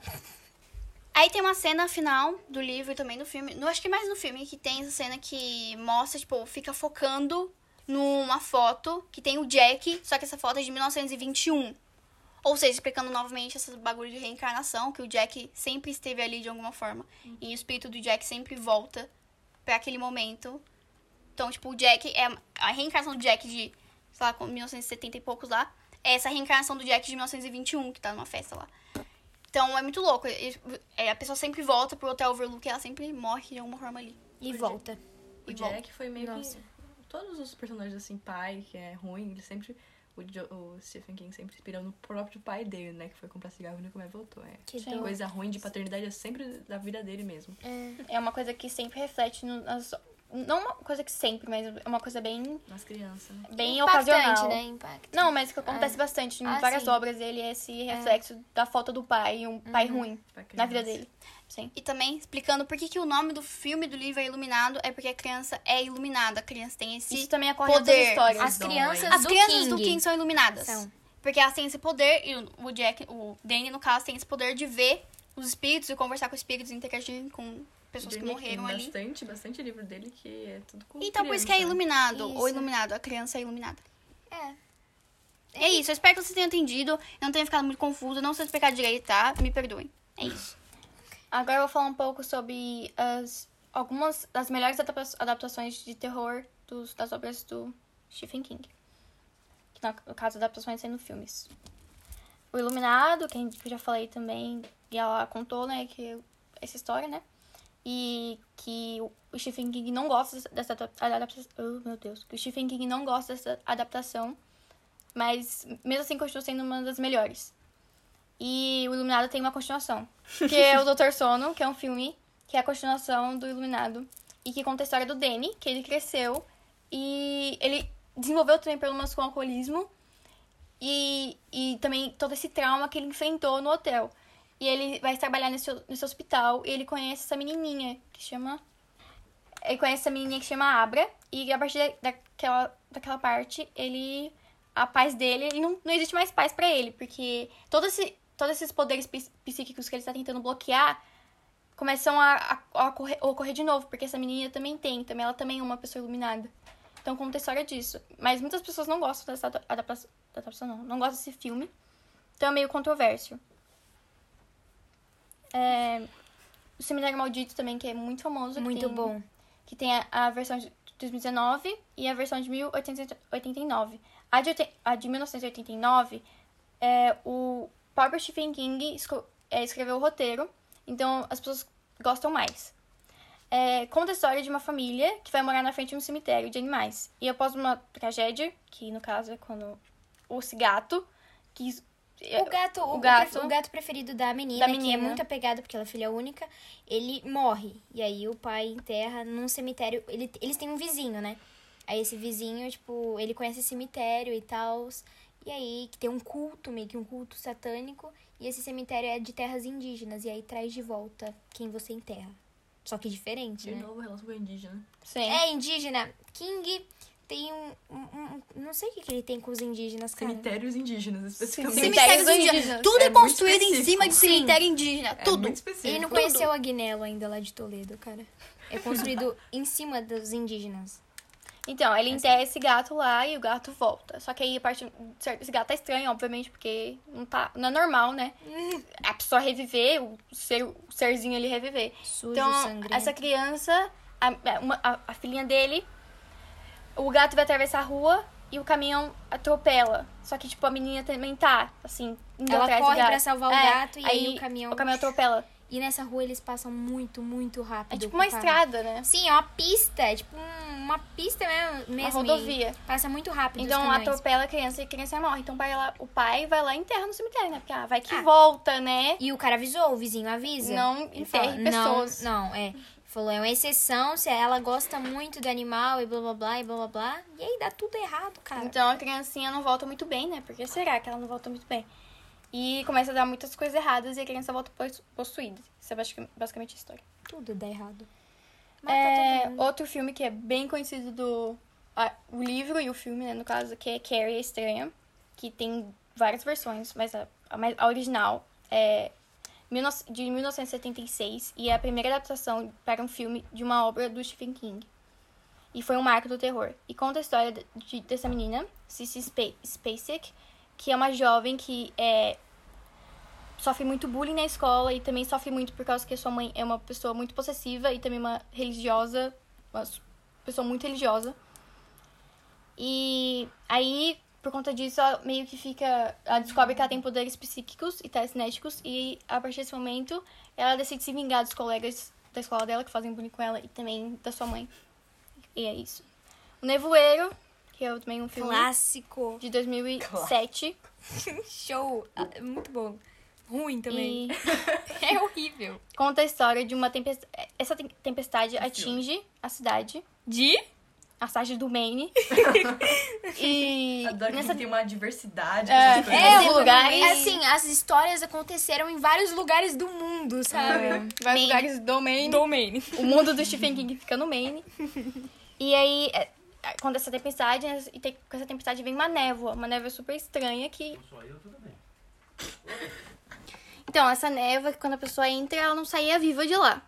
Aí tem uma cena final do livro e também do filme. No, acho que mais no filme, que tem essa cena que mostra, tipo, fica focando numa foto que tem o Jack, só que essa foto é de 1921. Ou seja, explicando novamente esse bagulho de reencarnação, que o Jack sempre esteve ali de alguma forma.
Uhum.
E o espírito do Jack sempre volta pra aquele momento. Então, tipo, o Jack é. A reencarnação do Jack de, sei lá, com 1970 e poucos lá. É essa reencarnação do Jack de 1921, que tá numa festa lá. Então é muito louco. E- é, a pessoa sempre volta pro Hotel Overlook e ela sempre morre de alguma forma ali.
E volta.
O
E
Jack foi meio
Nossa.
que. Todos os personagens, assim, pai, que é ruim, ele sempre. O, Jo- o Stephen King sempre inspirou no próprio pai dele, né? Que foi comprar cigarro e nunca mais voltou. É.
Que
Sim. Coisa ruim de paternidade é sempre da vida dele mesmo.
É uma coisa que sempre reflete no, nas- Não uma coisa que sempre, mas é uma coisa bem,
Nas crianças, né?
bem
Impactante,
ocasional.
né? Impacto.
Não, mas que acontece bastante em
Ah,
várias
sim.
obras dele é esse reflexo da falta do pai, um pai
Uhum.
ruim
Pra criança.
na vida dele. Sim.
E também explicando por que, que o nome do filme e do livro é Iluminado é porque a criança é iluminada. A criança tem esse.
Isso também ocorre em outras
poder.
histórias.
As
dom
crianças,
aí.
As
do,
crianças
King.
do King são iluminadas.
São.
Porque elas têm esse poder, e o- o Jack, o Danny, no caso, tem esse poder de ver os espíritos e conversar com os espíritos, interagir com pessoas que
Dele tem
morreram ali.
Bastante, bastante livro dele que é tudo com
Então por isso que é
criança. né?
iluminado, ou
Isso.
iluminado, a criança é iluminada.
É.
É isso, eu espero que vocês tenham entendido, eu não tenha ficado muito confuso, não sei explicar direito, tá? Me perdoem. É isso.
Agora eu vou falar um pouco sobre as, algumas das melhores adapta- adaptações de terror dos, das obras do Stephen King. Que na- no caso, adaptações sendo filmes. O Iluminado, que a gente- que eu já falei também, e ela contou, né, que essa história, né? E que o Stephen King não gosta dessa- dessa adaptação. Oh, meu Deus. Que o Stephen King não gosta dessa adaptação, mas mesmo assim continua sendo uma das melhores. E o Iluminado tem uma continuação. Que é o Doutor Sono, que é um filme que é a continuação do Iluminado. E que conta a história do Danny, que ele cresceu. E ele desenvolveu também problemas com o alcoolismo. E, e também todo esse trauma que ele enfrentou no hotel. E ele vai trabalhar nesse, nesse hospital. E ele conhece essa menininha, que chama... ele conhece essa menininha que chama Abra. E a partir da- daquela, daquela parte, ele. A paz dele, ele não, não existe mais paz pra ele, porque todo esse, todos esses poderes psí- psíquicos que ele tá tentando bloquear começam a, a- a ocorrer, ocorrer de novo, porque essa menina também tem, também ela também é uma pessoa iluminada. Então conta a história disso. Mas muitas pessoas não gostam dessa adapta- adaptação, adaptação não, não gostam desse filme. Então é meio controverso. É, o Seminário Maldito também, que é muito famoso. que
Muito
tem-
bom.
que tem a, a versão de 2019 e a versão de 1889. A de, oiten- a de 1989, é, o próprio Stephen King esco- é, escreveu o roteiro, então as pessoas gostam mais. É, conta a história de uma família que vai morar na frente de um cemitério de animais. E após uma tragédia, que no caso é quando o gato, que é,
O gato, o,
o
o
gato-
gato, o gato preferido da menina,
Da
que é
menina.
muito apegado porque ela é filha única, ele morre. E aí o pai enterra num cemitério. Ele, eles têm um vizinho, né? Aí esse vizinho, tipo, ele conhece esse cemitério e tal. E aí que tem um culto, meio que um culto satânico. E esse cemitério é de terras indígenas. E aí traz de volta quem você enterra. Só que diferente,
De
né?
novo, relação com indígena.
Sim.
É indígena. King tem um, um- um- Não sei o que, que ele tem com os indígenas, cara.
Cemitérios indígenas, especificamente.
Cemitérios
Cemitérios indígenas.
indígenas.
Tudo
É
é
muito
construído em
específico.
cima de
Sim.
cemitério indígena.
É
tudo.
muito específico.
Ele não conheceu a Guinelo ainda lá de Toledo, cara. É construído em cima dos indígenas.
Então,
É
ele
assim.
enterra esse gato lá e o gato volta. Só que aí a parte. certo, Esse gato tá estranho, obviamente, porque não, tá, não é normal, né? A pessoa reviver, o, ser, o serzinho ele reviver.
Sujo,
Então,
sangrento.
essa criança, a, a- uma- a- a filhinha dele, o gato vai atravessar a rua e o caminhão atropela. Só que, tipo, a menina também tá, assim, indo
Ela
atrás do
corre
gato.
pra salvar o
É,
gato e aí, o caminhão.
O caminhão atropela.
E nessa rua eles passam muito, muito rápido.
É tipo
com
uma
o carro.
estrada, né?
Sim, é uma pista. É tipo um- uma pista mesmo.
Uma
mesmo e
rodovia.
Passa muito rápido. os
Então
caminhões.
atropela a criança e a criança morre. Então vai lá, o pai vai lá e enterra no cemitério, né? Porque ah, vai que volta, né?
E o cara avisou, o vizinho avisa.
Não
Ele
enterre
fala,
pessoas.
Não, não, é. Falou, é uma exceção, se ela gosta muito do animal e blá blá blá e blá blá blá. E aí dá tudo errado, cara.
Então a criancinha não volta muito bem, né? Porque será que ela não volta muito bem? E começa a dar muitas coisas erradas e a criança volta possu- possuída. Isso é basic- basicamente a história.
tudo dá errado. tá
É,
todo mundo.
outro filme que é bem conhecido do ah, o livro e o filme, né, no caso, que é Carrie a Estranha, que tem várias versões, mas a, a, mais- a original é 19 de 1976 e é a primeira adaptação para um filme de uma obra do Stephen King. E foi um marco do terror. E conta a história de- de- dessa menina, Cissy Spa- Spacek, que é uma jovem que é sofre muito bullying na escola e também sofre muito por causa que sua mãe é uma pessoa muito possessiva e também uma religiosa, uma s- pessoa muito religiosa. E aí, por conta disso, ela meio que fica. Ela descobre que ela tem poderes psíquicos e telecinéticos, e a partir desse momento, ela decide se vingar dos colegas da escola dela que fazem bullying com ela e também da sua mãe. E é isso. O Nevoeiro, que é também um filme
Clássico.
de 2007.
Show. Ah, é Muito bom. Ruim também.
E
É horrível.
conta a história de uma tempestade. Essa tem- tempestade atinge a cidade,
De?
a cidade do Maine. e
Adoro
nessa
que tem uma diversidade.
É.
essas coisas.
É, lugares-
Assim, as histórias aconteceram em vários lugares do mundo, sabe?
vários
Maine.
lugares do Maine,
Domain.
o mundo do Stephen King fica no Maine. E aí é, é, conta essa tempestade né, e tem- com essa tempestade vem uma névoa, uma névoa super estranha que
Só eu, tudo bem.
Então, essa névoa, que quando a pessoa entra, ela não saía viva de lá.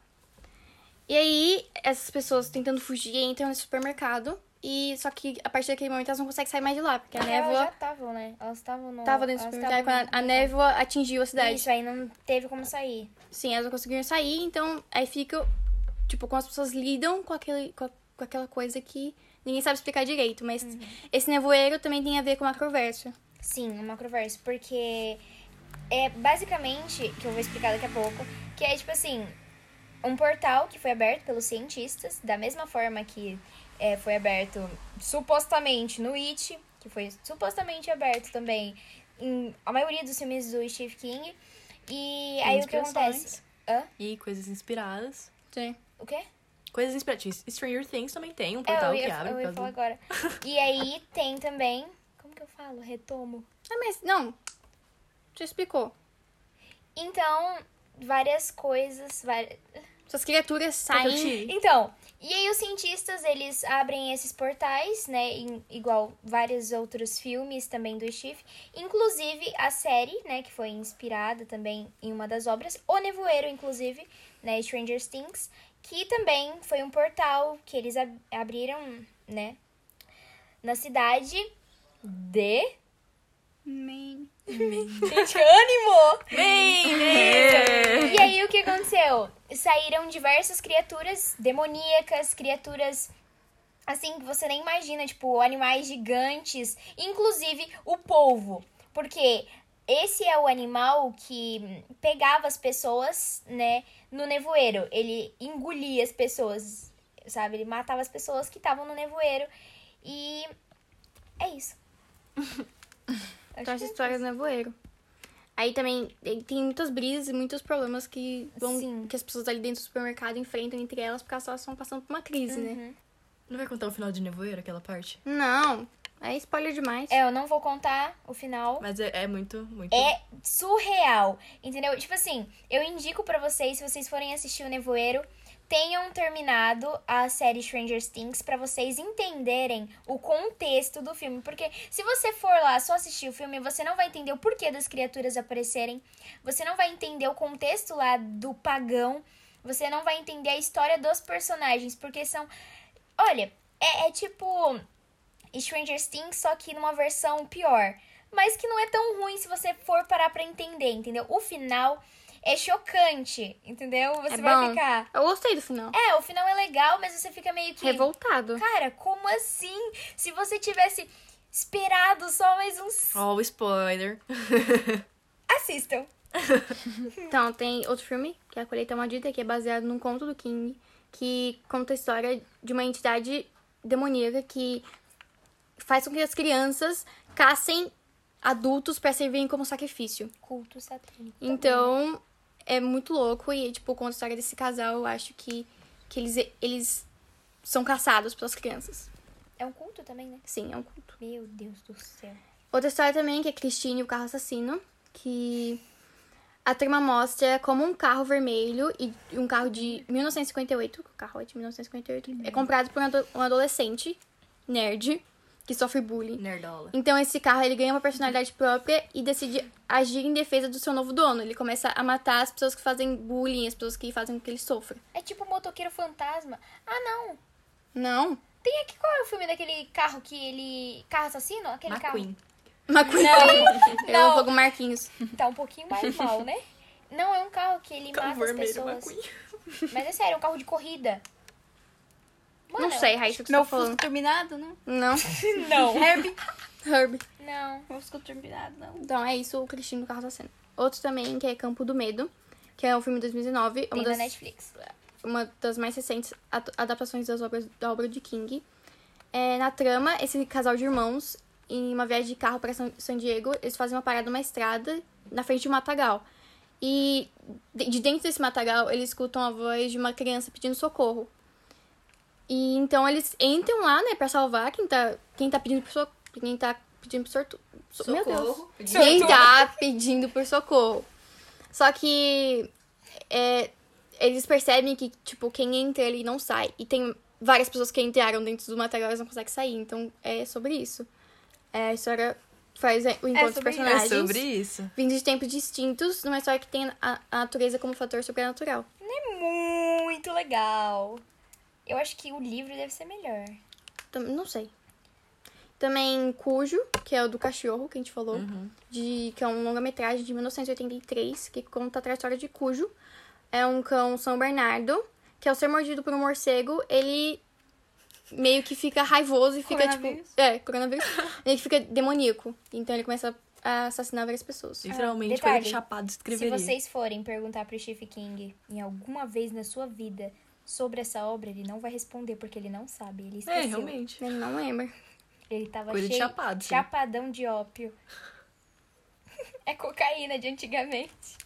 E aí, essas pessoas tentando fugir entram nesse supermercado. E só que a partir daquele momento elas não conseguem sair mais de lá, porque a névoa
É, já estavam, né? Elas estavam no...
tava dentro do
elas
supermercado
estavam
quando a, a névoa atingiu a cidade.
Isso, aí não teve como sair.
Sim, elas não conseguiram sair, então aí fica. Tipo, como as pessoas lidam com, aquele, com, a- com aquela coisa que ninguém sabe explicar direito. Mas
Uhum.
esse nevoeiro também tem a ver com a conversa.
Sim, um macroverso, porque é basicamente, que eu vou explicar daqui a pouco, que é tipo assim, um portal que foi aberto pelos cientistas, da mesma forma que é, foi aberto supostamente no It, que foi supostamente aberto também em a maioria dos filmes do Steve King. E aí o que acontece? Hã?
E coisas inspiradas.
Sim.
O quê?
Coisas inspiradas. Stranger Things também tem um
É,
portal
eu ia,
que abre.
eu
por
ia
causa
falar
do-
agora. E aí tem também. Como que eu falo? Retomo.
Ah, mas não. Você explicou.
Então, várias coisas. Várias...
Essas criaturas saem.
Então, e aí os cientistas, eles abrem esses portais, né? em- igual vários outros filmes também do Steve. Inclusive a série, né? Que foi inspirada também em uma das obras. O Nevoeiro, inclusive, né? Stranger Things. Que também foi um portal que eles ab- abriram, né? Na cidade de...
Amém.
Gente, ânimo!
Ei!
E aí, o que aconteceu? Saíram diversas criaturas demoníacas, criaturas assim que você nem imagina, tipo, animais gigantes, inclusive o polvo. Porque esse é o animal que pegava as pessoas, né, no nevoeiro. Ele engolia as pessoas, sabe? Ele matava as pessoas que estavam no nevoeiro. E é isso. é
Então, essa história do nevoeiro. Aí também tem tem muitas brisas e muitos problemas que, vão,
Sim.
que as pessoas ali dentro do supermercado enfrentam entre elas, porque elas estão passando por uma crise, né?
Uhum.
Não vai contar o final de Nevoeiro, aquela parte?
Não, é spoiler demais.
É, eu não vou contar o final.
Mas é, é muito, muito...
É surreal, entendeu? Tipo assim, eu indico pra vocês, se vocês forem assistir o Nevoeiro, tenham terminado a série Stranger Things pra vocês entenderem o contexto do filme, porque se você for lá só assistir o filme, você não vai entender o porquê das criaturas aparecerem, você não vai entender o contexto lá do pagão, você não vai entender a história dos personagens, porque são Olha, é, é tipo Stranger Things, só que numa versão pior. Mas que não é tão ruim se você for parar pra entender, entendeu? O final é chocante, entendeu? Você vai
É bom.
ficar.
Eu gostei do final.
É, o final é legal, mas você fica meio que.
Revoltado.
Cara, como assim? Se você tivesse esperado só mais uns.
Ó, o Oh, spoiler.
Assistam.
Então, tem outro filme, que é A Colheita Maldita, que é baseado num conto do King, que conta a história de uma entidade demoníaca que faz com que as crianças caçem adultos pra servirem como sacrifício.
Culto satânico.
Então, é muito louco e, tipo, conta a história desse casal, eu acho que, que eles, eles são caçados pelas crianças.
É um culto também, né?
Sim, é um culto.
Meu Deus do céu.
Outra história também, que é Christine e o carro assassino, que a trama mostra como um carro vermelho e um carro de 1958, que o carro é de 1958, é comprado por um ado- um adolescente nerd que sofre bullying.
Nerdola.
Então esse carro ele ganha uma personalidade própria e decide agir em defesa do seu novo dono. Ele começa a matar as pessoas que fazem bullying, as pessoas que fazem com que ele sofra.
É tipo o motoqueiro fantasma. Ah, não.
Não,
Tem aqui qual é o filme daquele carro que ele. Carro assassino? Aquele carro.
McQueen.
McQueen. Eu
não.
vou com o Marquinhos.
Tá um pouquinho mais mal, né? Não, é um carro que ele mata as pessoas. Mas é sério, é um carro de corrida.
não sei, Raíssa, o que você
Meu
tá
fusco
falando.
turbinado, não?
Não.
Não. Herb.
Herbie.
Não.
Meu fusco turbinado, não.
Então é isso, o Cristino do Carro da Cena. Outro também, que é Campo do Medo, que é um filme de 2019,
Tem
uma
na
das,
Netflix.
uma das mais recentes at- adaptações das obras, da obra de King. É, na trama, esse casal de irmãos, em uma viagem de carro para São, San Diego, eles fazem uma parada numa estrada na frente de um matagal. E de de dentro desse matagal, eles escutam a voz de uma criança pedindo socorro. E então eles entram lá, né, pra salvar quem tá, quem tá pedindo por socorro. Quem tá pedindo por sortu- so- Meu Deus. Quem tá pedindo por socorro. Só que é, eles percebem que, tipo, quem entra ali não sai. E tem várias pessoas que entraram dentro do material e não conseguem sair. Então é sobre isso. É, a história faz o encontro dos
sobre isso.
É
personagens.
sobre isso.
Ah,
Vindos de tempos distintos, numa história que tem a, a natureza como fator sobrenatural.
Muito legal. Eu acho que o livro deve ser melhor.
Tam- não sei. Também Cujo, que é o do cachorro que a gente falou, de, que é um longa-metragem de 1983, que conta a trajetória de Cujo. É um cão São Bernardo, que ao ser mordido por um morcego, ele meio que fica raivoso e fica tipo.
Coronavírus.
É, coronavírus. ele fica demoníaco. Então ele começa a assassinar várias pessoas.
Literalmente,
Detalhe,
coisa que Chapado escreveria.
Se vocês forem perguntar pro Stephen King em alguma vez na sua vida sobre essa obra, ele não vai responder porque ele não sabe. Ele
É,
esqueceu.
realmente.
Ele não lembra.
Ele tava
Coisa de
cheio
chapado, sim.
chapadão de ópio. é cocaína de antigamente.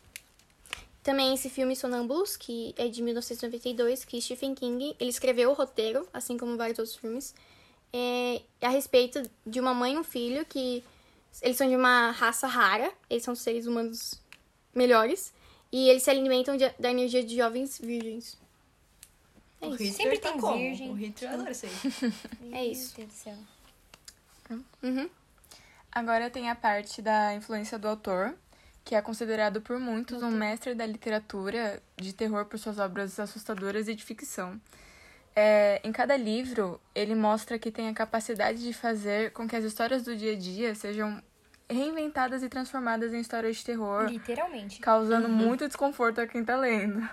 Também esse filme Sonambulus, que é de 1992, que Stephen King, ele escreveu o roteiro, assim como vários outros filmes, é, a respeito de uma mãe e um filho que eles são de uma raça rara, eles são seres humanos melhores, e eles se alimentam de- da energia de jovens virgens. É isso.
Hitler
Sempre
tá
tem
como?
virgem.
O Hitler adora isso aí.
É
isso.
Meu Deus do céu.
Uhum.
Agora tem a parte da influência do autor, que é considerado por muitos um mestre da literatura de terror por suas obras assustadoras e de ficção. É, em cada livro, ele mostra que tem a capacidade de fazer com que as histórias do dia a dia sejam reinventadas e transformadas em histórias de terror,
Literalmente.
causando muito desconforto a quem tá lendo.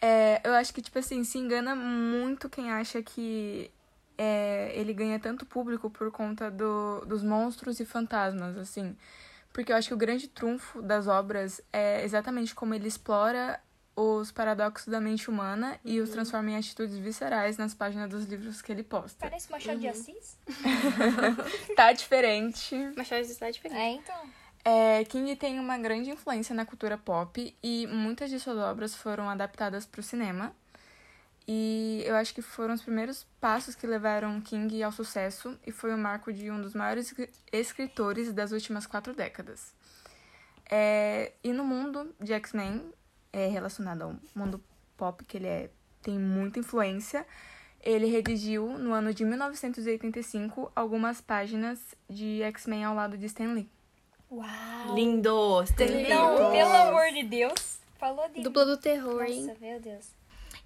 É, eu acho que, tipo assim, se engana muito quem acha que é, ele ganha tanto público por conta do, dos monstros e fantasmas, assim. Porque eu acho que o grande trunfo das obras é exatamente como ele explora os paradoxos da mente humana e os transforma em atitudes viscerais nas páginas dos livros que ele posta.
Parece Machado de Assis.
Tá diferente,
Machado de Cidade diferente.
É, então.
É, King tem uma grande influência na cultura pop e muitas de suas obras foram adaptadas para o cinema. E eu acho que foram os primeiros passos que levaram King ao sucesso e foi o marco de um dos maiores escri- escritores das últimas quatro décadas. É, e no mundo de X-Men, é, relacionado ao mundo pop, que ele é, tem muita influência, ele redigiu, no ano de 1985, algumas páginas de X-Men ao lado de Stan Lee.
Uau.
Lindo!
Lindo.
Não, Então, pelo amor de Deus. Falou de
Dupla do terror, hein?
Nossa, meu Deus.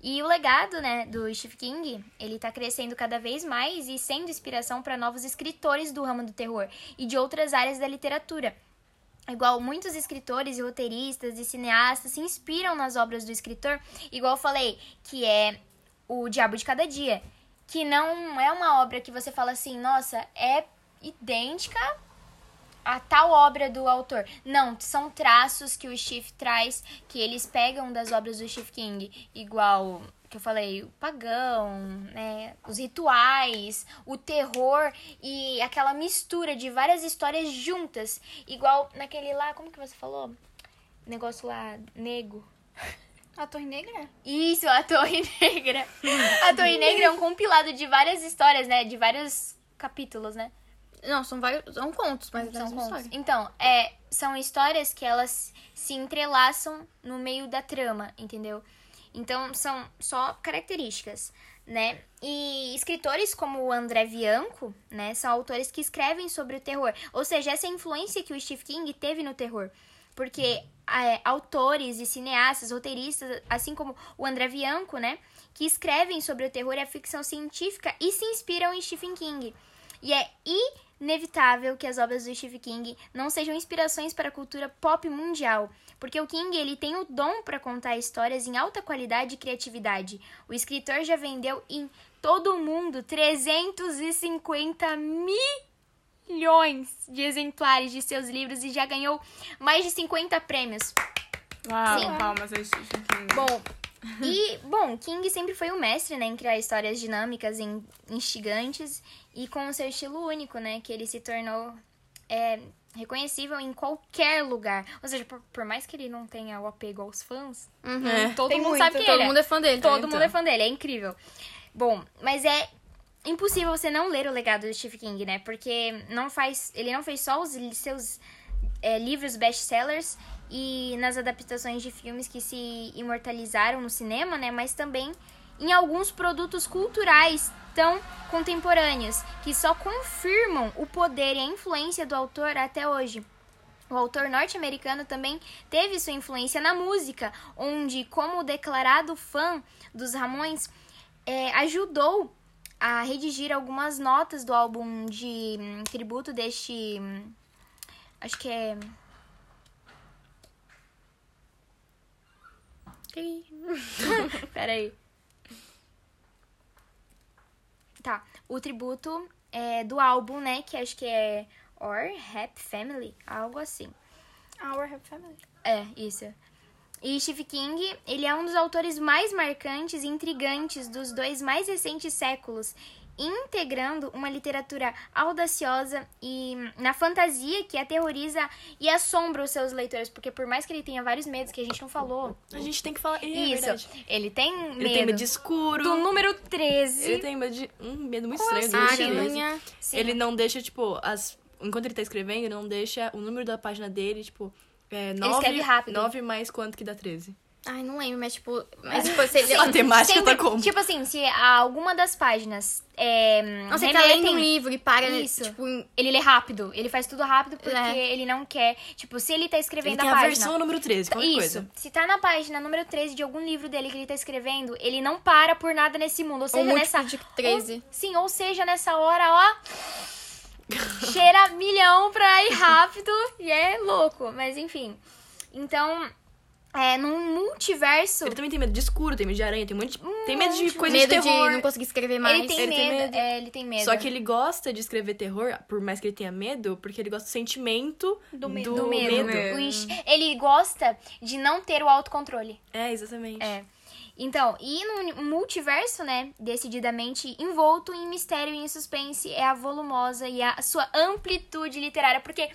E o legado, né, do Stephen King, ele tá crescendo cada vez mais e sendo inspiração para novos escritores do ramo do terror e de outras áreas da literatura. Igual muitos escritores e roteiristas e cineastas se inspiram nas obras do escritor, igual eu falei, que é O Diabo de Cada Dia, que não é uma obra que você fala assim, nossa, é idêntica a tal obra do autor. Não, são traços que o Steve traz, que eles pegam das obras do Steve King, igual que eu falei, o pagão, né, os rituais, o terror e aquela mistura de várias histórias juntas, igual naquele lá, como que você falou? Negócio lá, nego.
A Torre Negra?
Isso, a Torre Negra. A Torre Negra é um compilado de várias histórias, né, de vários capítulos, né?
Não, são vários. São contos, mas
São
são
contos.
história.
Então, é, são histórias que elas se entrelaçam no meio da trama, entendeu? Então, são só características, né? E escritores como o André Bianco, né, são autores que escrevem sobre o terror. Ou seja, essa é a influência que o Steve King teve no terror. Porque é, autores e cineastas, roteiristas, assim como o André Bianco, né, que escrevem sobre o terror e a ficção científica e se inspiram em Stephen King. E é inevitável que as obras do Stephen King não sejam inspirações para a cultura pop mundial, porque o King ele tem o dom para contar histórias em alta qualidade e criatividade. O escritor já vendeu em todo o mundo 350 milhões de exemplares de seus livros e já ganhou mais de 50 prêmios.
Uau,
Sim.
palmas aí, Stephen King.
Bom, e, bom, King sempre foi o mestre, né, em criar histórias dinâmicas e in- instigantes e com o seu estilo único, né, que ele se tornou é, reconhecível em qualquer lugar. Ou seja, por, por mais que ele não tenha o apego aos fãs, todo
Uhum. Tem
mundo
muito,
sabe quem
Todo
ele é.
mundo é fã dele.
Todo mundo é fã dele, é incrível. Bom, mas é impossível você não ler o legado do Stephen King, né? Porque não faz, ele não fez só os li- seus é, livros best-sellers e nas adaptações de filmes que se imortalizaram no cinema, né? Mas também em alguns produtos culturais tão contemporâneos que só confirmam o poder e a influência do autor até hoje. O autor norte-americano também teve sua influência na música, onde, como declarado fã dos Ramões, é, ajudou a redigir algumas notas do álbum de hum, tributo deste. hum, acho que é. Peraí. Tá, o tributo é, do álbum, né? Que acho que é Or Happy Family, algo assim.
Our Happy Family.
É, isso. E Stephen King, ele é um dos autores mais marcantes e intrigantes dos dois mais recentes séculos, integrando uma literatura audaciosa e hum, na fantasia que aterroriza e assombra os seus leitores, porque por mais que ele tenha vários medos que a gente não falou,
A gente tem que falar. Ih, É
isso,
verdade.
ele tem medo,
Ele tem medo de escuro.
do é número 13.
Ele tem medo de. Um medo muito estranho do número treze.
Aranha.
Sim.
Ele não deixa, tipo, as. Enquanto ele tá escrevendo, ele não deixa o número da página dele, tipo. É, nove,
escreve rápido.
9 mais quanto que dá 13.
Ai, não lembro, mas tipo. Mas tipo, você.
A temática
Sempre-
tá como?
Tipo assim, se alguma das páginas é,
Não, você tá lendo um
remetem,
livro e para,
Isso.
tipo, em-
ele lê rápido. Ele faz tudo rápido porque
É.
ele não quer... Tipo, se ele tá
Ele
escrevendo
tem
a
a
página...
versão número 13, qualquer
Isso.
coisa.
Se tá na página número 13 de algum livro dele que ele tá escrevendo, ele não para por nada nesse mundo. Ou
um
seja,
múltiplo
nessa.
de 13.
ou- sim, ou seja, nessa hora, ó. cheira milhão pra ir rápido e é louco. Mas enfim. Então, é, num multiverso.
Ele também tem medo de escuro, tem medo de aranha, tem um monte de... tem medo de coisa
medo
de terror.
não conseguir escrever mais.
ele tem
ele tem
medo.
medo.
É, ele tem medo.
Só que ele gosta de escrever terror, por mais que ele tenha medo, porque ele gosta do sentimento do medo.
do medo.
medo.
O enx- Ele gosta de não ter o autocontrole.
É, exatamente.
É. Então, e no uni- multiverso, né, decididamente envolto em mistério e em suspense, é a volumosa e a sua amplitude literária, porque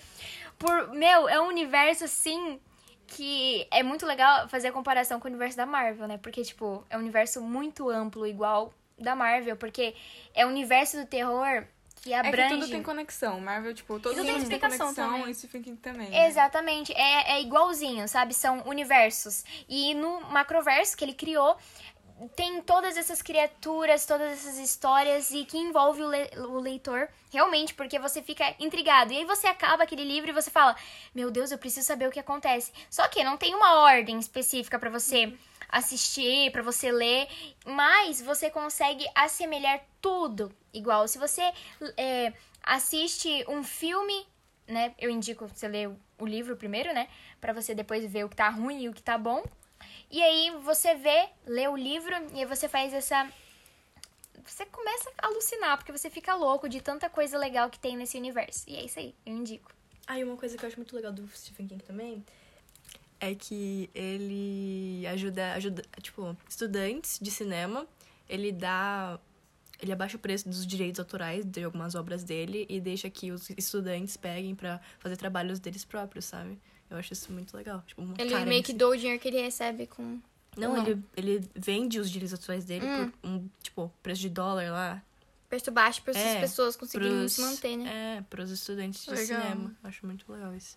por, meu, é um universo assim que é muito legal fazer a comparação com o universo da Marvel, né? Porque tipo, é um universo muito amplo igual da Marvel, porque é o universo do terror que
É
abrange
que tudo tem conexão. Marvel, tipo, todos
Tudo
os
tem
filmes têm
explicação
conexão
também.
e Stephen King também. né?
Exatamente, é, é igualzinho, sabe? São universos. E no macroverso que ele criou, tem todas essas criaturas, todas essas histórias e que envolve o, le- o leitor realmente, porque você fica intrigado. E aí você acaba aquele livro e você fala: Meu Deus, eu preciso saber o que acontece. Só que não tem uma ordem específica pra você assistir, pra você ler, mas você consegue assemelhar tudo igual. Se você é, assiste um filme né? Eu indico você ler o- o livro primeiro, né? Pra você depois ver o que tá ruim e o que tá bom. E aí você vê, lê o livro e aí você faz essa você começa a alucinar, porque você fica louco de tanta coisa legal que tem nesse universo. E é isso aí, eu indico.
Ah, e uma coisa que eu acho muito legal do Stephen King também é que ele ajuda, ajuda tipo, estudantes de cinema, ele dá. Ele abaixa o preço dos direitos autorais de algumas obras dele e deixa que os estudantes peguem pra fazer trabalhos deles próprios, sabe? Eu acho isso muito legal. Tipo, uma
Ele
cara
meio
de
assim.
que doa o dinheiro que ele recebe com.
Não,
Não.
Ele, ele vende os direitos atuais dele
Hum.
por um, tipo, preço de dólar lá.
Preço baixo pra essas
É,
pessoas conseguirem
pros-
se manter, né?
É, pros estudantes de
Legal.
cinema. Acho muito legal isso.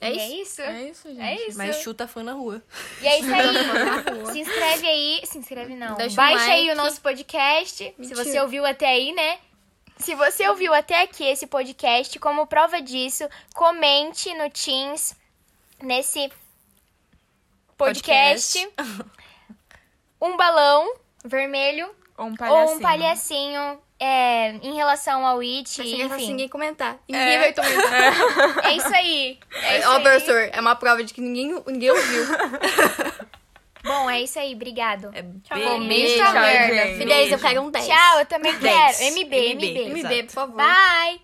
É,
e
isso?
É isso, gente.
É isso.
Mas chuta fã na rua.
E é isso aí. se inscreve aí. Se inscreve não.
Deixa um
Baixa aí
like.
o nosso podcast. Se
Mentira.
você ouviu até aí, né? Se você ouviu até aqui esse podcast, como prova disso, comente no Teams nesse podcast. um balão vermelho
Ou um palhacinho.
ou um palhacinho é, em relação ao It.
Mas é engraçado se
Enfim,
ninguém comentar. E Ninguém vai comentar.
é isso aí. É isso
Ó,
aí.
professor, é uma prova de que ninguém, ninguém ouviu.
Bom, é isso aí. Obrigado.
É
Bom,
bem...
beijo,
Merda.
gente.
Me 10, eu quero um 10.
Tchau, eu também quero.
MB,
MB.
MB.
MB.
Me dê, por favor.
Bye.